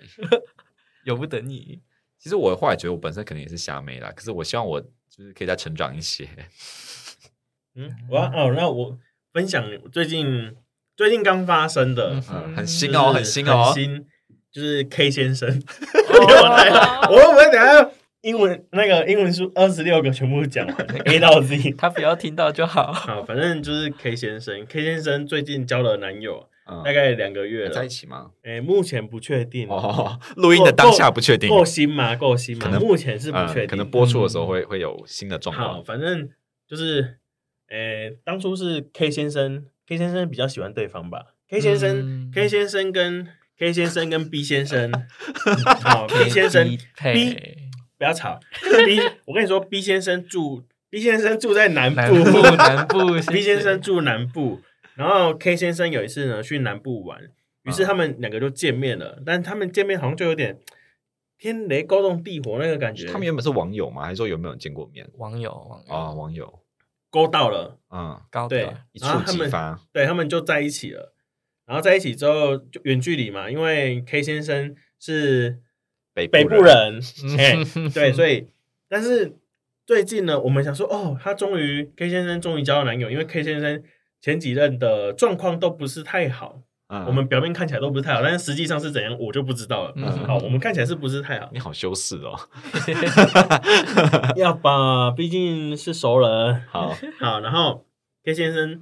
[SPEAKER 2] 由不得 你。
[SPEAKER 1] 其实我后来觉得我本身可能也是虾妹啦，可是我希望我就是可以再成长一些。
[SPEAKER 3] 嗯，我要哦，那我分享最近最近刚发生的，
[SPEAKER 1] 嗯，
[SPEAKER 2] 嗯
[SPEAKER 1] 很
[SPEAKER 3] 就是
[SPEAKER 1] 新哦，很新哦
[SPEAKER 3] 很，新，就是 K 先生。
[SPEAKER 2] 哦
[SPEAKER 3] 啊我会不会等一下英文那个英文书二十六个全部 讲完 A 到 Z？
[SPEAKER 2] 他不要听到就好。
[SPEAKER 3] 好，反正就是 K 先生，K 先生最近交了男友，
[SPEAKER 1] 嗯
[SPEAKER 3] 大概两个月
[SPEAKER 1] 还在
[SPEAKER 3] 了
[SPEAKER 1] 一，起
[SPEAKER 2] 嗯
[SPEAKER 1] 吗？
[SPEAKER 3] 哎、目前不确定，
[SPEAKER 1] 哦，录音的当下不确定，
[SPEAKER 3] 够新吗？够新
[SPEAKER 1] 可
[SPEAKER 3] 吗？
[SPEAKER 1] 能
[SPEAKER 3] 目前是不确定、
[SPEAKER 1] 嗯，可能播出的时候会会有新的状
[SPEAKER 3] 好，
[SPEAKER 1] 况。
[SPEAKER 3] 反正就是，呃，当初是 K 先生，K 先生比较喜欢对方吧？K 先生、
[SPEAKER 2] 嗯
[SPEAKER 3] k 先生跟 K 先生跟 B 先 生，好，B 先生
[SPEAKER 2] 匹配
[SPEAKER 3] 不要吵，B，我跟你说，B 先生住 B 先生住在南
[SPEAKER 2] 南 部
[SPEAKER 3] 部
[SPEAKER 2] 南部谢谢
[SPEAKER 3] ，B 先生住南部，然后 K 先生有一次呢去南部玩，于
[SPEAKER 2] 啊
[SPEAKER 3] 是他们两个就见面了，但他们见面好像就有点天雷勾动地火那个感觉，
[SPEAKER 1] 他们原本是网友吗？还是说有没有见过面？
[SPEAKER 2] 网友网
[SPEAKER 1] 啊、
[SPEAKER 2] 友
[SPEAKER 1] 网友，
[SPEAKER 3] 勾到了。
[SPEAKER 1] 嗯，
[SPEAKER 2] 高
[SPEAKER 3] 对
[SPEAKER 2] 端，
[SPEAKER 1] 一触
[SPEAKER 3] 然啊后他
[SPEAKER 1] 即
[SPEAKER 3] 们
[SPEAKER 1] 发，
[SPEAKER 3] 对他们就在一起了。然后在一起之后就远距离嘛，因为 K 先生是
[SPEAKER 1] 北
[SPEAKER 3] 北
[SPEAKER 1] 部
[SPEAKER 3] 部人， 哎、
[SPEAKER 2] 嗯
[SPEAKER 3] 对， 所以但是最近呢，我们想说，哦，他终于 K 先生终于交到男友，因为 K 先生前几任的状况都不是太好，
[SPEAKER 1] 嗯，
[SPEAKER 3] 我们表面看起来都不是太好，但是实际上是怎样，我就不知道了。
[SPEAKER 2] 嗯
[SPEAKER 3] 好，我们看起来是不是太好
[SPEAKER 1] 你？好修饰哦，
[SPEAKER 3] 要吧，毕竟是熟人。
[SPEAKER 1] 好，
[SPEAKER 3] 好，然后 K 先生，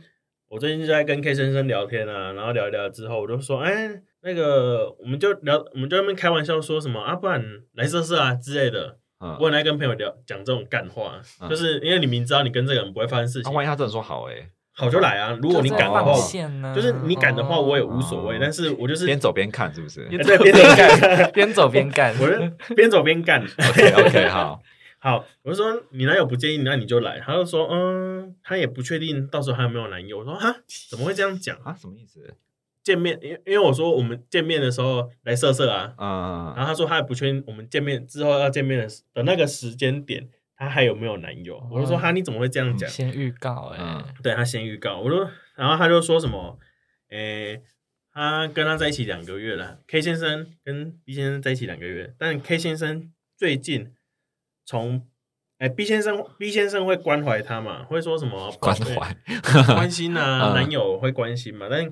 [SPEAKER 3] 我最近就在跟 K 先生聊天啊，然后聊一聊之后，我就说，哎，那个，我们就聊，我们就在那边开玩笑说什么啊，不然来试试啊之类的。
[SPEAKER 1] 嗯，
[SPEAKER 3] 我很爱跟朋友聊讲这种干话，
[SPEAKER 1] 嗯
[SPEAKER 3] 就是因为你明知道你跟这个人不会发生事
[SPEAKER 1] 那、
[SPEAKER 3] 情，
[SPEAKER 1] 啊万一他真的说好哎、
[SPEAKER 3] 好就来啊。如果你
[SPEAKER 2] 就
[SPEAKER 3] 敢
[SPEAKER 2] 在
[SPEAKER 3] 的话
[SPEAKER 2] 放
[SPEAKER 1] 哦，
[SPEAKER 2] 线啊呢，
[SPEAKER 3] 就是你敢的话，我也无所谓。
[SPEAKER 1] 哦
[SPEAKER 3] 但是我就是
[SPEAKER 1] 边走边看是不是
[SPEAKER 3] 哎对边走 边干，
[SPEAKER 2] 边走边干，
[SPEAKER 3] 我就边走边干。
[SPEAKER 1] ？OK OK，好，
[SPEAKER 3] 好，我就说你男友不介意，那你就来。他就说，嗯，他也不确定到时候还有没有男友。我说哈，怎么会这样讲？
[SPEAKER 1] 啊，什么意思？
[SPEAKER 3] 见面，因因为我说我们见面的时候来色色啊，然
[SPEAKER 1] 嗯，
[SPEAKER 3] 后他说他也不确定我们见面之后要见面的时的那个时间点，他还有没有男友？我就说
[SPEAKER 2] 哦
[SPEAKER 3] 哈，你怎么会这样讲？
[SPEAKER 2] 先预告哎
[SPEAKER 1] 嗯，
[SPEAKER 3] 对他先预告，我说，然后他就说什么，诶，他跟他在一起两个月了，K 先生跟 B 先生在一起两个月，但 K 先生最近从。哎，B 先生，B 先生会关怀他嘛？会说什么
[SPEAKER 1] 关怀，
[SPEAKER 3] 关心啊，
[SPEAKER 1] 嗯
[SPEAKER 3] 男友会关心嘛？但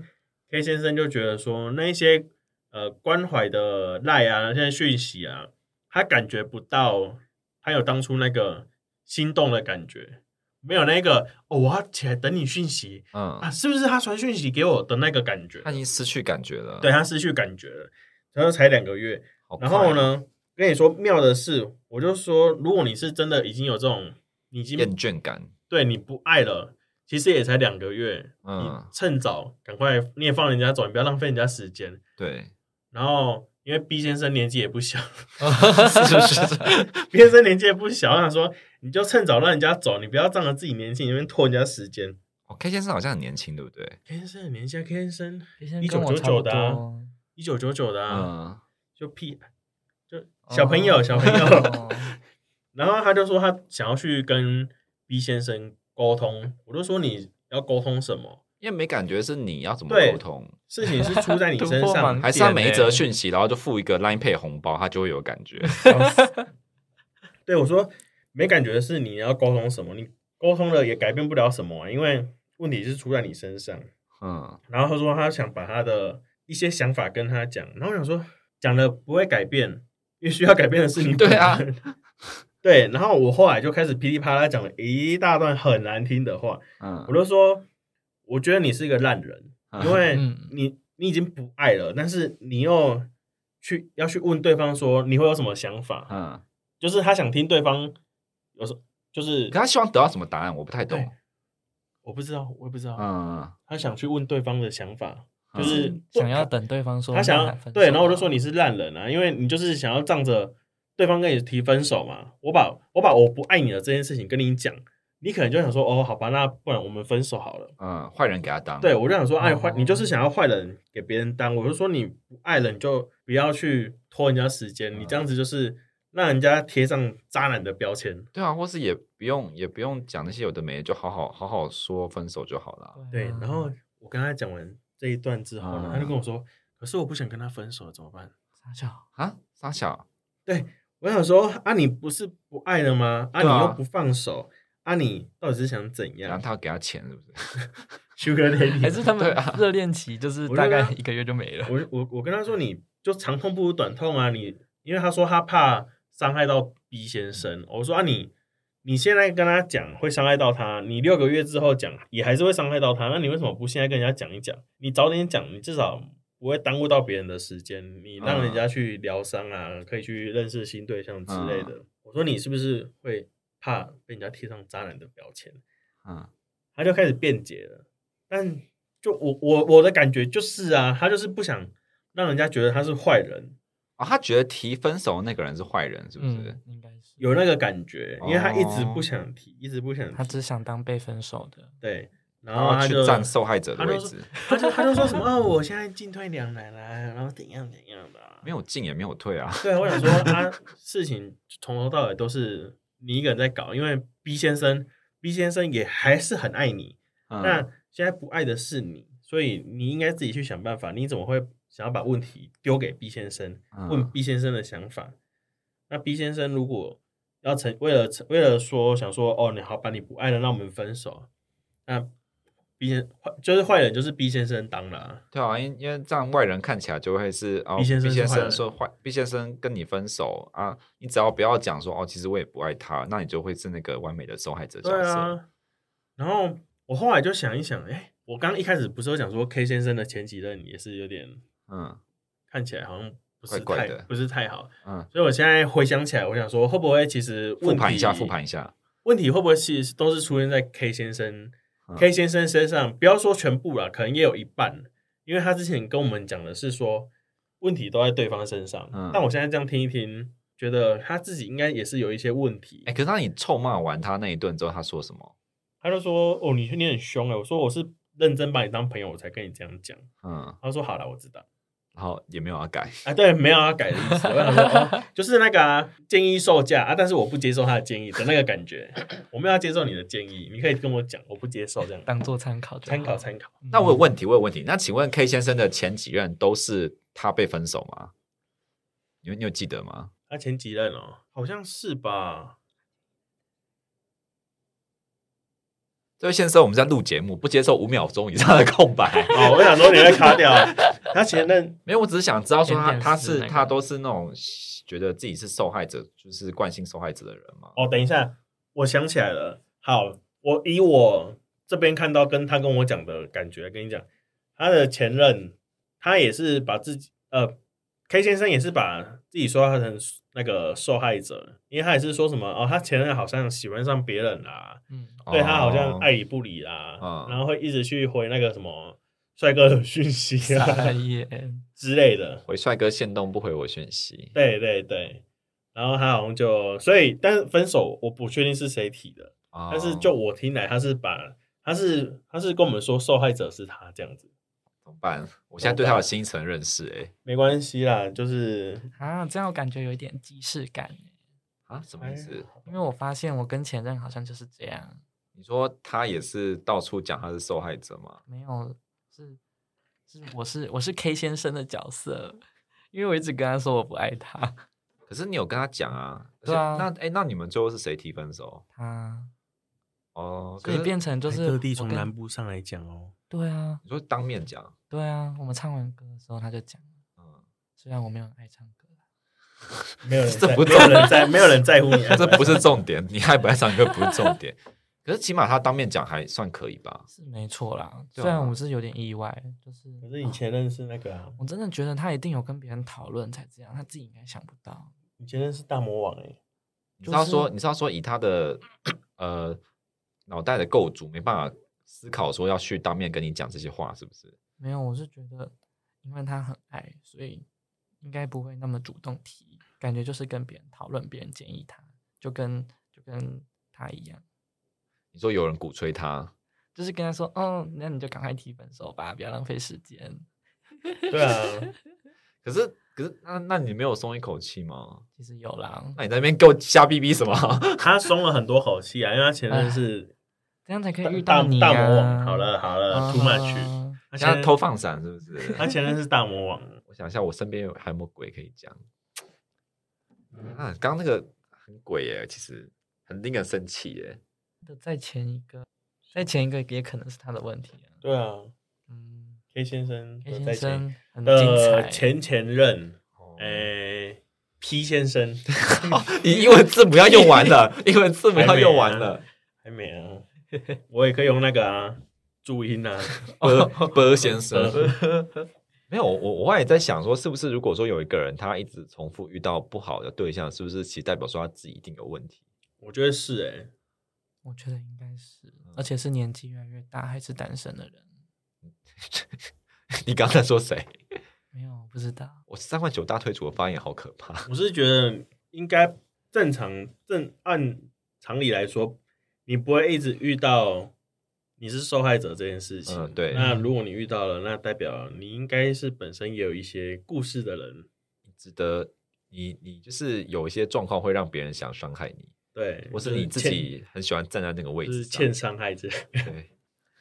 [SPEAKER 3] K 先生就觉得说，那一些呃关怀的赖啊，那些讯息啊，他感觉不到，他有当初那个心动的感觉，没有那个哦，我要起来等你讯息
[SPEAKER 1] 嗯，
[SPEAKER 3] 啊，是不是他传讯息给我的那个感觉
[SPEAKER 1] 他？已经失去感觉了，
[SPEAKER 3] 对，他失去感觉了，然后才两个月，
[SPEAKER 1] 好快
[SPEAKER 3] 然
[SPEAKER 1] 哦
[SPEAKER 3] 后？呢，跟你说妙的是，我就说，如果你是真的已经有这种，你已经
[SPEAKER 1] 厌倦感，
[SPEAKER 3] 对你不爱了，其实也才两个月，
[SPEAKER 1] 嗯
[SPEAKER 3] 你趁早赶快，你也放人家走，你不要浪费人家时间。
[SPEAKER 1] 对，
[SPEAKER 3] 然后因为 B 先生年纪也不小
[SPEAKER 1] 是是是，
[SPEAKER 3] ，B 先生年纪也不小，我想说你就趁早让人家走，你不要仗着自己年轻，因为拖人家时间。
[SPEAKER 1] 哦，K 先生好像很年轻，对不对？
[SPEAKER 3] K 先生很年轻啊，K 先生
[SPEAKER 2] 先生
[SPEAKER 3] 一
[SPEAKER 2] 跟
[SPEAKER 3] 九
[SPEAKER 2] 我
[SPEAKER 3] 九
[SPEAKER 2] 差不
[SPEAKER 3] 九的啊
[SPEAKER 2] 多
[SPEAKER 3] 一九九九的啊，
[SPEAKER 1] 嗯，
[SPEAKER 3] 就屁，就小朋友小朋 友。
[SPEAKER 2] 哦
[SPEAKER 3] 然后他就说他想要去跟 B 先生沟通，我就说你要沟通什么？
[SPEAKER 1] 因为没感觉是你要怎么
[SPEAKER 3] 对
[SPEAKER 1] 沟通，
[SPEAKER 3] 事情是出在你
[SPEAKER 2] 突
[SPEAKER 3] 身
[SPEAKER 2] 破
[SPEAKER 3] 上
[SPEAKER 2] 盲，
[SPEAKER 1] 还是他每一则
[SPEAKER 2] 点欸
[SPEAKER 1] 讯息，然后就附一个 Line Pay 红包，他就会有感觉。
[SPEAKER 3] 对我说，没感觉的是你要沟通什么，你沟通了也改变不了什么、啊，因为问题是出在你身上。
[SPEAKER 1] 嗯，
[SPEAKER 3] 然后他说他想把他的一些想法跟他讲，然后我想说讲了不会改变，因为需要改变的是 你
[SPEAKER 1] 对啊
[SPEAKER 3] 本人。对，然后我后来就开始噼里啪啦讲了一大段很难听的话，
[SPEAKER 1] 嗯
[SPEAKER 3] 我就说，我觉得你是一个烂人，
[SPEAKER 1] 嗯
[SPEAKER 3] 因为
[SPEAKER 2] 嗯
[SPEAKER 3] 你你已经不爱了，但是你又去要去问对方说你会有什么想法，
[SPEAKER 1] 嗯，
[SPEAKER 3] 就是他想听对方有时候就是
[SPEAKER 1] 可他希望得到什么答案？我不太懂
[SPEAKER 3] 对。我不知道，我也不知道，
[SPEAKER 1] 嗯，他
[SPEAKER 3] 他想去问对方的想法，就是
[SPEAKER 1] 嗯
[SPEAKER 3] 不
[SPEAKER 2] 想要等对方说
[SPEAKER 3] 他想
[SPEAKER 2] 那
[SPEAKER 3] 要
[SPEAKER 2] 喊分手
[SPEAKER 3] 对，然后我就
[SPEAKER 2] 啊
[SPEAKER 3] 说你是烂人啊，因为你就是想要仗着对方跟你提分手嘛，我把我把我不爱你的这件事情跟你讲，你可能就想说哦，好吧，那不然我们分手好了。
[SPEAKER 1] 嗯，坏人给他当。
[SPEAKER 3] 对，我就想说，哎，坏，
[SPEAKER 2] 哦
[SPEAKER 3] 你就是想要坏人给别人当，我就说你不爱了，你就不要去拖人家时间，你这样子就是让人家贴上渣男的标签。
[SPEAKER 1] 对啊，或是也不用也不用讲那些有的没的，就好好好好说分手就好了。
[SPEAKER 3] 对，
[SPEAKER 2] 啊
[SPEAKER 3] 然后我跟他讲完这一段之后呢，
[SPEAKER 1] 嗯
[SPEAKER 3] 他就跟我说，可是我不想跟他分手，怎么办？
[SPEAKER 2] 傻笑，
[SPEAKER 1] 啊，傻小，
[SPEAKER 3] 我想说，啊，你不是不爱了吗？啊，
[SPEAKER 1] 对啊
[SPEAKER 3] 你又不放手，啊，你到底是想怎
[SPEAKER 1] 然后
[SPEAKER 3] 样
[SPEAKER 1] 他要给他钱是不是？
[SPEAKER 3] ？Sugar
[SPEAKER 2] 还
[SPEAKER 3] Daddy，
[SPEAKER 2] 是他们热恋期就是
[SPEAKER 3] 啊我
[SPEAKER 2] 大
[SPEAKER 3] 就
[SPEAKER 2] 概
[SPEAKER 3] 跟他
[SPEAKER 2] 一个月就没了。
[SPEAKER 3] 我我我跟他说，你就长痛不如短痛啊，你因为他说他怕伤害到 B 先生，我说啊你。你现在跟他讲会伤害到他，你六个月之后讲也还是会伤害到他，那你为什么不现在跟人家讲一讲？你早点讲，你至少不会耽误到别人的时间，你让人家去疗伤啊，可以去认识新对象之类的。我说你是不是会怕被人家贴上渣男的标签？
[SPEAKER 1] 嗯，
[SPEAKER 3] 他就开始辩解了。但就我我我的感觉就是啊，他就是不想让人家觉得他是坏人，
[SPEAKER 1] 啊，他觉得提分手的那个人是坏人是不是
[SPEAKER 2] 嗯？，应该是
[SPEAKER 3] 有那个感觉，因为他一直
[SPEAKER 1] 哦
[SPEAKER 3] 不想提，一直不想
[SPEAKER 2] 他
[SPEAKER 3] 提，
[SPEAKER 2] 只想当被分手的，
[SPEAKER 3] 对，然
[SPEAKER 1] 然
[SPEAKER 3] 后
[SPEAKER 1] 后
[SPEAKER 3] 他
[SPEAKER 1] 去
[SPEAKER 3] 就
[SPEAKER 1] 站受害者的
[SPEAKER 3] 他就
[SPEAKER 1] 位
[SPEAKER 3] 说
[SPEAKER 1] 置，
[SPEAKER 3] 他就他就说什么、啊、我现在进退两难啦、然后怎样怎样的、啊
[SPEAKER 1] 没，有进也没有退啊。
[SPEAKER 3] 对，我想说他事情从头到尾都是你一个人在搞，因为 B 先生 B 先生也还是很爱你，那
[SPEAKER 1] 嗯，
[SPEAKER 3] 现在不爱的是你，所以你应该自己去想办法。你怎么会想要把问题丢给 B 先生？问
[SPEAKER 1] 嗯
[SPEAKER 3] B 先生的想法。那 B 先生如果要成为了为了说想说哦，你好吧，你不爱了，那我们分手。那 B 先坏就是坏人，就是 B 先生当了啊、
[SPEAKER 1] 对啊，因因为这样外人看起来就会是哦
[SPEAKER 3] B 先生是坏人
[SPEAKER 1] 说坏，B 先生跟你分手啊，你只要不要讲说哦，其实我也不爱他，那你就会是那个完美的受害者角
[SPEAKER 3] 对
[SPEAKER 1] 色。
[SPEAKER 3] 啊。然后我后来就想一想，哎、我刚一开始不是有讲说 K 先生的前几任也是有点
[SPEAKER 1] 嗯
[SPEAKER 3] 看起来好像不是太
[SPEAKER 1] 怪怪的
[SPEAKER 3] 不是太好，
[SPEAKER 1] 嗯，
[SPEAKER 3] 所以我现在回想起来，我想说，会不会其实问
[SPEAKER 1] 复
[SPEAKER 3] 题
[SPEAKER 1] 盘一下，复盘一下。
[SPEAKER 3] 问题会不会其实都是出现在 K 先生、
[SPEAKER 1] 嗯
[SPEAKER 3] K 先生身上？不要说全部啦，可能也有一半，因为他之前跟我们讲的是说问题都在对方身上，
[SPEAKER 1] 嗯
[SPEAKER 3] 但我现在这样听一听，觉得他自己应该也是有一些问题。
[SPEAKER 1] 哎、可是当你臭骂完他那一顿之后，他说什么？
[SPEAKER 3] 他就说：“哦，你你很凶哎、我说：“我是认真把你当朋友，我才跟你这样讲。
[SPEAKER 1] 嗯”，
[SPEAKER 3] 他说：“好了，我知道。
[SPEAKER 1] 然后也没有要改。”
[SPEAKER 3] 啊，对，没有要改的意思。我想说，哦，就是那个、啊、建议售价啊，但是我不接受他的建议的那个感觉，我没有要接受你的建议，你可以跟我讲，我不接受这样。
[SPEAKER 2] 当做参考就好
[SPEAKER 3] 参考。参考。
[SPEAKER 2] 嗯
[SPEAKER 1] 那我有问题，我有问题。那请问 K 先生的前几任都是他被分手吗？你有你有记得吗？
[SPEAKER 3] 他前几任哦，好像是吧？。
[SPEAKER 1] 这位先生，我们在录节目，不接受五秒钟以上的空白
[SPEAKER 3] 哦，我想说你会卡掉。他前任
[SPEAKER 1] 没有，我只是想知道说他
[SPEAKER 2] 点点
[SPEAKER 1] 他
[SPEAKER 2] 是
[SPEAKER 1] 是
[SPEAKER 2] 那个
[SPEAKER 1] 他都是那种觉得自己是受害者，就是惯性受害者的人嘛。
[SPEAKER 3] 哦，等一下，我想起来了。好，我以我这边看到跟他跟我讲的感觉跟你讲，他的前任他也是把自己呃，K 先生也是把自己说他成那个受害者，因为他也是说什么哦，他前任好像喜欢上别人啦、
[SPEAKER 2] 嗯，
[SPEAKER 3] 对他好像
[SPEAKER 1] 哦
[SPEAKER 3] 爱理不理啦、
[SPEAKER 1] 嗯
[SPEAKER 3] 然后会一直去回那个什么帅哥的讯息 啊
[SPEAKER 2] 傻眼，
[SPEAKER 3] 之类的。
[SPEAKER 1] 回帅哥现动不回我讯息。
[SPEAKER 3] 对对对，然后他好像就所以，但是分手我不确定是谁提的，
[SPEAKER 1] 哦
[SPEAKER 3] 但是就我听来，他是把他是他是跟我们说受害者是他这样子，
[SPEAKER 1] 怎么办？我现在对他有新一层认识、欸，
[SPEAKER 3] 没关系啦，就是
[SPEAKER 2] 啊，这样我感觉有一点既视感，欸
[SPEAKER 1] 哎啊，什么意思？
[SPEAKER 2] 因为我发现我跟前任好像就是这样，
[SPEAKER 1] 你说他也是到处讲他是受害者吗？
[SPEAKER 2] 没有是是我是我是 K 先生的角色，因为我一直跟他说我不爱他，
[SPEAKER 1] 可是你有跟他讲啊？而且
[SPEAKER 2] 对啊
[SPEAKER 1] 那哎、那你们最后是谁提分手？
[SPEAKER 2] 他
[SPEAKER 1] 哦，可
[SPEAKER 2] 所以
[SPEAKER 1] 是
[SPEAKER 2] 变成就是
[SPEAKER 3] 特哎地从
[SPEAKER 2] 我跟
[SPEAKER 3] 南部上来讲哦，
[SPEAKER 2] 对啊
[SPEAKER 1] 你说当面讲，
[SPEAKER 2] 对啊，我们唱完歌的时候他就讲，
[SPEAKER 1] 嗯，
[SPEAKER 2] 虽然我没有很爱唱歌，
[SPEAKER 3] 没有人
[SPEAKER 1] 这
[SPEAKER 3] 在
[SPEAKER 1] 不
[SPEAKER 3] 没有人在没有人在乎你，啊
[SPEAKER 1] 这不是重点，你爱不爱唱歌不是重点。可是起码他当面讲还算可以吧？
[SPEAKER 2] 是没错啦。
[SPEAKER 1] 对啊
[SPEAKER 2] 虽然我是有点意外，就是
[SPEAKER 3] 可是你前任是那个啊，
[SPEAKER 2] 我真的觉得他一定有跟别人讨论才这样，他自己应该想不到。
[SPEAKER 3] 你前任是大魔王哎、
[SPEAKER 1] 你知道说，你知道说，以他的呃脑袋的构筑，没办法思考说要去当面跟你讲这些话，是不是？
[SPEAKER 2] 没有，我是觉得，因为他很爱，所以应该不会那么主动提，感觉就是跟别人讨论，别人建议他，就跟就跟他一样，
[SPEAKER 1] 你说有人鼓吹他，
[SPEAKER 2] 就是跟他说，哦，那你就赶快提分手吧，不要浪费时间。
[SPEAKER 3] 对啊，
[SPEAKER 1] 可是可是那那你没有松一口气吗？
[SPEAKER 2] 其实有啦，
[SPEAKER 1] 那
[SPEAKER 3] 哎
[SPEAKER 1] 你在那边给我瞎逼逼什么？
[SPEAKER 3] 他松了很多口气啊，因为他前任是
[SPEAKER 2] 这样才可
[SPEAKER 3] 大
[SPEAKER 2] 以遇
[SPEAKER 3] 大
[SPEAKER 2] 到你、啊、
[SPEAKER 3] 大魔王。好了好了
[SPEAKER 2] 啊
[SPEAKER 3] ，too much。他前
[SPEAKER 1] 像
[SPEAKER 3] 任
[SPEAKER 1] 偷放闪是不 是？
[SPEAKER 3] 他前任是大魔王，
[SPEAKER 1] 我想一下，我身边有还有没有鬼可以讲？啊，刚刚那个很鬼耶、其实很令人生气耶、
[SPEAKER 2] 的再前一个，再前一个也可能是他的问题啊。
[SPEAKER 3] 对啊
[SPEAKER 2] 嗯
[SPEAKER 3] ，K 先生
[SPEAKER 2] ，K
[SPEAKER 3] 的
[SPEAKER 2] 先
[SPEAKER 3] 在呃前
[SPEAKER 2] 生很精彩，
[SPEAKER 3] 的前前任，
[SPEAKER 1] 哦
[SPEAKER 3] 哎，P 先生
[SPEAKER 1] 你英文字母要用完 了，英文字母要用完了。
[SPEAKER 3] 还没啊，我也可以用那个啊，注音啊，
[SPEAKER 1] 波波先 生，没有我我我也在想说，是不是如果说有一个人他一直重复遇到不好的对象，是不是其实代表说他自己一定有问题？
[SPEAKER 3] 我觉得是哎，
[SPEAKER 2] 我觉得应该是，
[SPEAKER 3] 嗯
[SPEAKER 2] 而且是年纪越来越大还是单身的人，
[SPEAKER 1] 你刚才说谁？
[SPEAKER 2] 没有我不知道。
[SPEAKER 1] 我三万九大推主的发言好可怕。
[SPEAKER 3] 我是觉得应该正常正按常理来说，你不会一直遇到你是受害者这件事情。
[SPEAKER 1] 嗯，对，
[SPEAKER 3] 那如果你遇到了，那代表你应该是本身也有一些故事的人。
[SPEAKER 1] 值得你你就是有一些状况会让别人想伤害你，
[SPEAKER 3] 对，
[SPEAKER 1] 或
[SPEAKER 3] 我
[SPEAKER 1] 是你自己很喜欢站在那个位
[SPEAKER 3] 就是
[SPEAKER 1] 置
[SPEAKER 3] 欠
[SPEAKER 1] 上。
[SPEAKER 3] 伤害这
[SPEAKER 1] 对，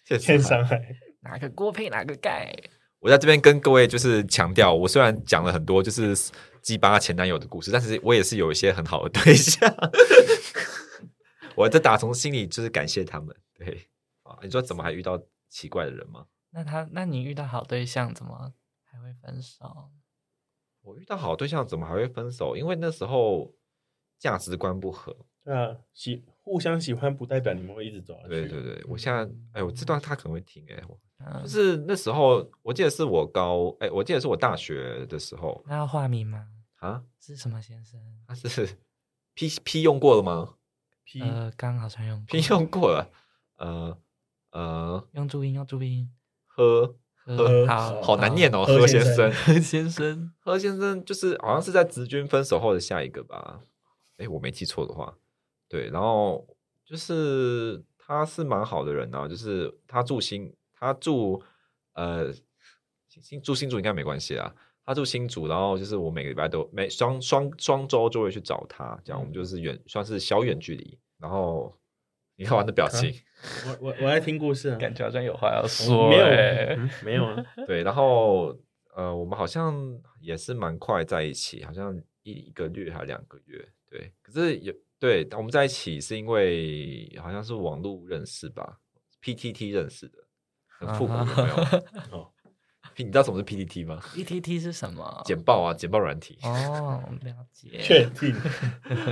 [SPEAKER 1] 欠
[SPEAKER 3] 欠伤 害。
[SPEAKER 2] 哪个锅配哪个盖，
[SPEAKER 1] 我在这边跟各位就是强调，我虽然讲了很多就是鸡巴前男友的故事，但是我也是有一些很好的对象， 我这打从心里就是感谢他们。对啊，你说怎么还遇到奇怪的人吗？
[SPEAKER 2] 那他那你遇到好对象怎么还会分手？
[SPEAKER 1] 我遇到好对象怎么还会分手？因为那时候价值观不合。
[SPEAKER 3] 对啊，喜互相喜欢不代表你们会一直走下去。
[SPEAKER 1] 对对对，我现在哎，我这段他可能会听哎，我
[SPEAKER 2] 嗯
[SPEAKER 1] 就，是那时候我记得是我高哎，我记得是我大学的时候
[SPEAKER 2] 那要化名吗？
[SPEAKER 1] 啊，
[SPEAKER 2] 是什么先生？
[SPEAKER 1] 他是 P P 用过了吗？
[SPEAKER 3] P
[SPEAKER 2] 呃，刚好像用过
[SPEAKER 1] 拼用过了，呃呃，
[SPEAKER 2] 用注音，用注音。
[SPEAKER 1] 喝
[SPEAKER 2] 呃，
[SPEAKER 3] 呃
[SPEAKER 2] 好，
[SPEAKER 1] 好难念哦，
[SPEAKER 3] 喝
[SPEAKER 1] 喝
[SPEAKER 3] 先
[SPEAKER 1] 先生，
[SPEAKER 2] 何 先生，
[SPEAKER 1] 喝先生就是好像是在直军分手后的下一个吧？哎，我没记错的话，对，然后就是他是蛮好的人啊，就是他住新，他住呃新住新竹应该没关系啊。他住新竹，然后就是我每个礼拜都每双双双周就会去找他，这样我们就是远算是小远距离。然后你看我的表情，
[SPEAKER 3] 我我我在听故事啊，
[SPEAKER 2] 感觉好像有话要
[SPEAKER 3] 我
[SPEAKER 2] 说
[SPEAKER 3] 没有、
[SPEAKER 2] 欸
[SPEAKER 3] 嗯没
[SPEAKER 1] 哎
[SPEAKER 3] 有啊，
[SPEAKER 1] 对，然后呃，我们好像也是蛮快在一起，好像一一个月还两个月，对。可是有对，我们在一起是因为好像是网络认识吧，PTT 认识的，很复古有没有？
[SPEAKER 3] 哦
[SPEAKER 1] 你知道什么是 PTT 吗？
[SPEAKER 2] ，ETT E 是什么？
[SPEAKER 1] 简报啊，简报软体。
[SPEAKER 2] 哦，了解。
[SPEAKER 3] 确定。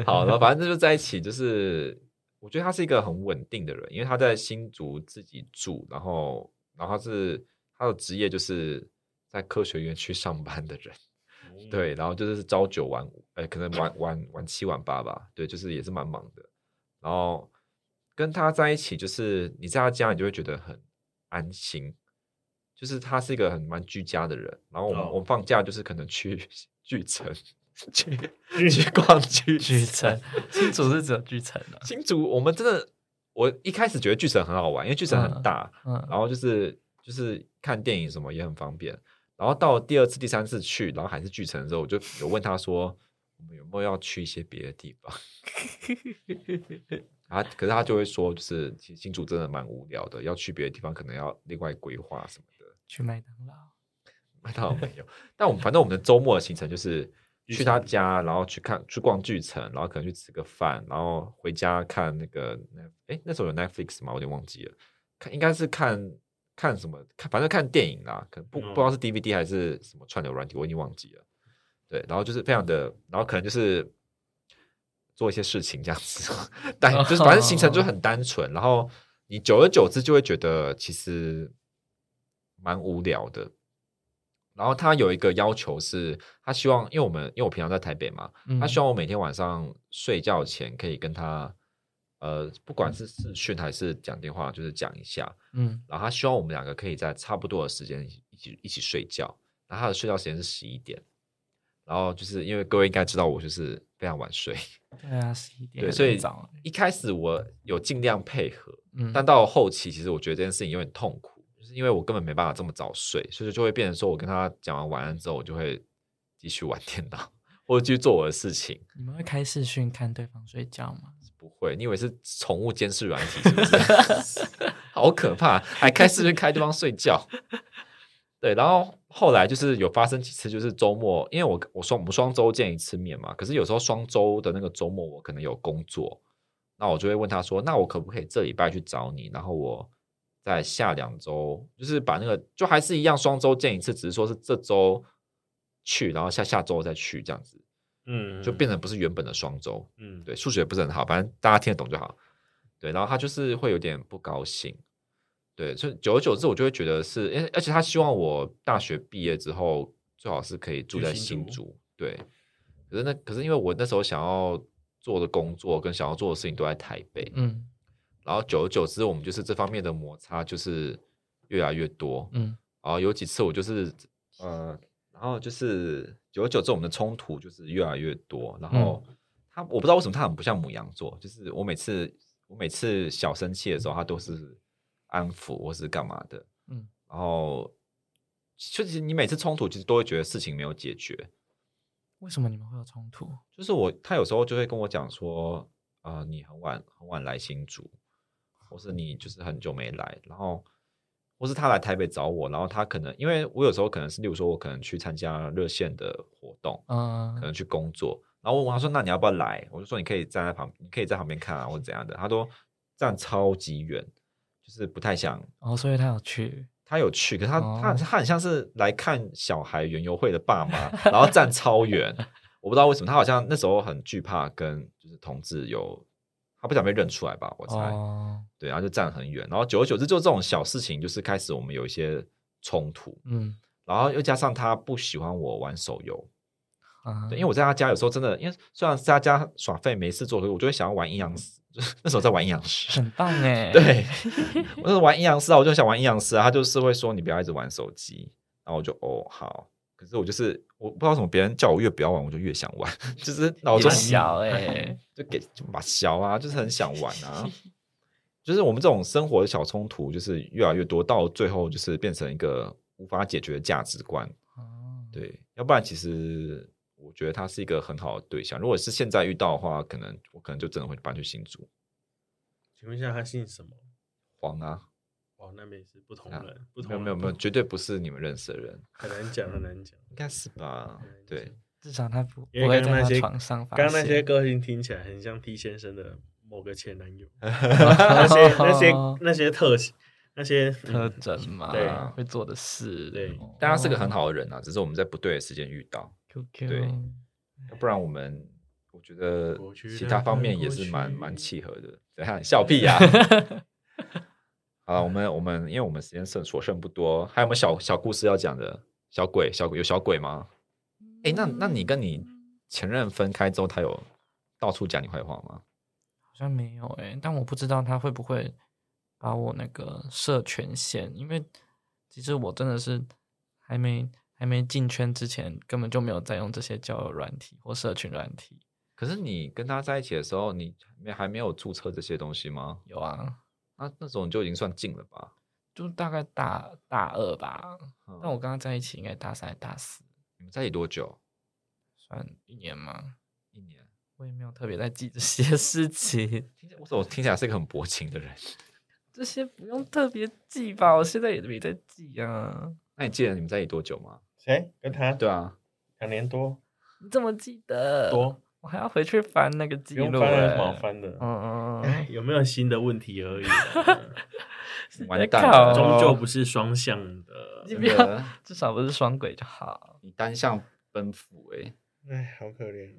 [SPEAKER 1] 好，然后反正就在一起，就是我觉得他是一个很稳定的人，因为他在新竹自己住，然后然后他是他的职业就是在科学院去上班的人。
[SPEAKER 3] 嗯
[SPEAKER 1] 对，然后就是朝九晚五，呃，可能晚晚晚七晚八吧，对，就是也是蛮忙的。然后跟他在一起，就是你在他家，你就会觉得很安心，就是他是一个很蛮居家的人。然后我们、我
[SPEAKER 3] 哦
[SPEAKER 1] 们放假就是可能去 巨城，去去逛巨
[SPEAKER 2] 巨城，新竹是只有巨城啊的。
[SPEAKER 1] 新竹，我们真的，我一开始觉得巨城很好玩，因为巨城很
[SPEAKER 2] 嗯
[SPEAKER 1] 大，
[SPEAKER 2] 嗯，
[SPEAKER 1] 然后就是就是看电影什么也很方便。然后到第二次、第三次去，然后还是巨城的时候，我就有问他说，我们有没有要去一些别的地方？ 啊，可是他就会说，就是其实新竹真的蛮无聊的，要去别的地方可能要另外规划什么的。
[SPEAKER 2] 去麦当劳。
[SPEAKER 1] 麦当劳没有，但我们反正我们的周末的行程就是
[SPEAKER 3] 聚
[SPEAKER 1] 去他
[SPEAKER 3] 餐
[SPEAKER 1] 家，然后去看去逛巨城，然后可能去吃个饭，然后回家看那个那哎那时候有 Netflix 吗？我有点忘记了，看应该是看看什么，看反正看电影啦，可能不不
[SPEAKER 3] 嗯
[SPEAKER 1] 知道是 DVD 还是什么串流软体，我已经忘记了。对，然后就是非常的，然后可能就是做一些事情这样子，但就是反正行程就很单纯，然后你久而久之就会觉得其实蛮无聊的。然后他有一个要求是，他希望，因为我们因为我平常在台北嘛，
[SPEAKER 2] 嗯
[SPEAKER 1] 他希望我每天晚上睡觉前可以跟他，呃，不管是视讯还是讲电话，就是讲一下。
[SPEAKER 2] 嗯
[SPEAKER 1] 然后他希望我们两个可以在差不多的时间一起一起一起睡觉。然后他的睡觉时间是十一点。然后就是因为各位应该知道，我就是非常晚睡。
[SPEAKER 2] 对啊，十一点
[SPEAKER 1] 对，
[SPEAKER 2] 有
[SPEAKER 1] 所
[SPEAKER 2] 点
[SPEAKER 1] 以
[SPEAKER 2] 早了，
[SPEAKER 1] 一开始我有尽量配合，
[SPEAKER 2] 嗯，
[SPEAKER 1] 但到后期，其实我觉得这件事情有点痛苦，就是因为我根本没办法这么早睡，所以就会变成说我跟他讲完晚安之后，我就会继续玩电脑或者继续做我的事情。
[SPEAKER 2] 你们会开视讯看对方睡觉吗？
[SPEAKER 1] 不会，你以为是宠物监视软体是 不是？好可怕，还开视频开对方睡觉。 对，然后后来就是有发生几次，就是周末，因为我我双我们双周见一次面嘛，可是有时候双周的那个周末我可能有工作，那我就会问他说，那我可不可以这礼拜去找你？然后我在下两周，就是把那个就还是一样双周见一次，只是说是这周去，然后下下周再去这样子，
[SPEAKER 3] 嗯，
[SPEAKER 1] 就变成不是原本的双周。
[SPEAKER 3] 嗯，
[SPEAKER 1] 对，数学不是很好，反正大家听得懂就好。对，然后他就是会有点不高兴，对，所以久而久之，我就会觉得是，诶而且他希望我大学毕业之后最好是可以住
[SPEAKER 3] 去
[SPEAKER 1] 在
[SPEAKER 3] 新
[SPEAKER 1] 新
[SPEAKER 3] 竹
[SPEAKER 1] 竹，对。可是那可是因为我那时候想要做的工作跟想要做的事情都在台北，
[SPEAKER 2] 嗯
[SPEAKER 1] 然后久而久之，我们就是这方面的摩擦就是越来越多，
[SPEAKER 2] 嗯
[SPEAKER 1] 然后有几次我就是呃，然后就是久而久之，我们的冲突就是越来越多。然后他，我不知道为什么他很不像母羊座，就是我每次我每次小生气的时候，他都是安抚或是干嘛的。
[SPEAKER 2] 嗯，
[SPEAKER 1] 然后就是你每次冲突，其实都会觉得事情没有解决。
[SPEAKER 2] 为什么你们会有冲突？
[SPEAKER 1] 就是我，他有时候就会跟我讲说，呃，你很晚很晚来新竹，或是你就是很久没来，然后或是他来台北找我，然后他可能因为我有时候可能是，例如说我可能去参加热线的活动，
[SPEAKER 2] 嗯
[SPEAKER 1] 可能去工作，然后我问他说，那你要不要来？我就说你可以站在旁，你可以在旁边看啊，或者怎样的，他都站超级远，就是不太想。
[SPEAKER 2] 哦，所以他有去，
[SPEAKER 1] 他有去，可是他、他
[SPEAKER 2] 哦
[SPEAKER 1] 他很像是来看小孩园游会的爸妈，然后站超 远，我不知道为什么，他好像那时候很惧怕跟就是同志有，他不想被认出来吧，我猜，
[SPEAKER 2] 哦，
[SPEAKER 1] 对，然后就站很远，然后久而久之就这种小事情，就是开始我们有一些冲突，
[SPEAKER 2] 嗯
[SPEAKER 1] 然后又加上他不喜欢我玩手游，
[SPEAKER 2] 啊，
[SPEAKER 1] 对，因为我在他家有时候真的，因为虽然是他家耍废没事做，可是我就会想要玩阴
[SPEAKER 2] 嗯
[SPEAKER 1] 阳师，就是那时候在玩阴阳师，
[SPEAKER 2] 很棒 哎，
[SPEAKER 1] 对， 我就是玩阴阳师啊，我就想玩阴阳师啊。他就是会说你不要一直玩手机，然后我就哦好。可是我就是我不知道为什么，别人叫我越不要玩，我就越想玩， 就是脑
[SPEAKER 2] 也
[SPEAKER 1] 中
[SPEAKER 2] 小哎，
[SPEAKER 1] 就给就把小啊，就是很想玩 啊。就是我们这种生活的小冲突，就是越来越多，到最后就是变成一个无法解决的价值观。
[SPEAKER 2] 哦，
[SPEAKER 1] 对，要不然其实我觉得他是一个很好的对象。如果是现在遇到的话，可能我可能就真的会搬去新竹
[SPEAKER 3] 请问一下他姓什么？
[SPEAKER 1] 黄啊。
[SPEAKER 3] 哇，那边也是不同
[SPEAKER 1] 啊
[SPEAKER 3] 人，不
[SPEAKER 1] 没有
[SPEAKER 3] 同
[SPEAKER 1] 没有
[SPEAKER 3] 人
[SPEAKER 1] 没有，绝对不是你们认识的人，
[SPEAKER 3] 很难讲，很难讲。
[SPEAKER 1] 应该是吧？对，
[SPEAKER 2] 至少他不
[SPEAKER 3] 因为
[SPEAKER 2] 不会
[SPEAKER 3] 刚刚
[SPEAKER 2] 在
[SPEAKER 3] 那
[SPEAKER 2] 他
[SPEAKER 3] 些
[SPEAKER 2] 床上发
[SPEAKER 3] 刚刚那些
[SPEAKER 2] 现
[SPEAKER 3] 歌星听起来很像 T 先生的某个前 男友，那些那 些那些特写，那些嗯
[SPEAKER 2] 特征嘛，
[SPEAKER 3] 对
[SPEAKER 2] 会做的事，
[SPEAKER 3] 对
[SPEAKER 2] 哦
[SPEAKER 1] 但他是个很好的人啊，只是我们在不对的时间遇到，
[SPEAKER 2] QQ，
[SPEAKER 1] 对要不然我们我觉得
[SPEAKER 3] 过去
[SPEAKER 1] 其他方面也是蛮
[SPEAKER 3] 让它过去
[SPEAKER 1] 蛮契合的。怎样笑屁呀、好了，我们我们因为我们时间剩所剩不多，还有没有小小故事要讲的？小鬼小鬼有小鬼吗？哎、那那你跟你前任分开之后，他有到处讲你坏话吗？
[SPEAKER 2] 好像没有哎、但我不知道他会不会把我那个设权限，因为其实我真的是还没还没进圈之前，根本就没有在用这些交友软体或社群软体。
[SPEAKER 1] 可是你跟他在一起的时候，你没还没有注册这些东西吗？
[SPEAKER 2] 有啊，
[SPEAKER 1] 那那种就已经算近了吧？
[SPEAKER 2] 就大概大大二吧，
[SPEAKER 1] 嗯
[SPEAKER 2] 但我跟他在一起应该大三还大四，
[SPEAKER 1] 你们在一起多久？
[SPEAKER 2] 算一年嘛。
[SPEAKER 1] 一年。
[SPEAKER 2] 我也没有特别在记这些事情，
[SPEAKER 1] 听起来我怎么听起来是一个很薄情的人？
[SPEAKER 2] 这些不用特别记吧，我现在也没在记啊。
[SPEAKER 1] 那你记得你们在一起多久吗？
[SPEAKER 3] 谁跟他
[SPEAKER 1] 对呃啊，
[SPEAKER 3] 两年多
[SPEAKER 2] 你怎么记得？
[SPEAKER 3] 多，
[SPEAKER 2] 我还要回去翻那个
[SPEAKER 3] 不
[SPEAKER 2] 记
[SPEAKER 3] 用
[SPEAKER 2] 录、
[SPEAKER 3] 翻了，有什
[SPEAKER 2] 欸。
[SPEAKER 3] 么好翻的？
[SPEAKER 2] 嗯嗯
[SPEAKER 3] 哎
[SPEAKER 2] 嗯，
[SPEAKER 3] 有没有新的问题而已，啊
[SPEAKER 1] 完蛋
[SPEAKER 2] 靠
[SPEAKER 1] 了，
[SPEAKER 3] 终究不是双向 的。
[SPEAKER 2] 你
[SPEAKER 1] 真
[SPEAKER 2] 不要，
[SPEAKER 1] 的，
[SPEAKER 2] 至少不是双轨就好。
[SPEAKER 1] 你单向奔赴哎、
[SPEAKER 3] 哦哎，好可怜，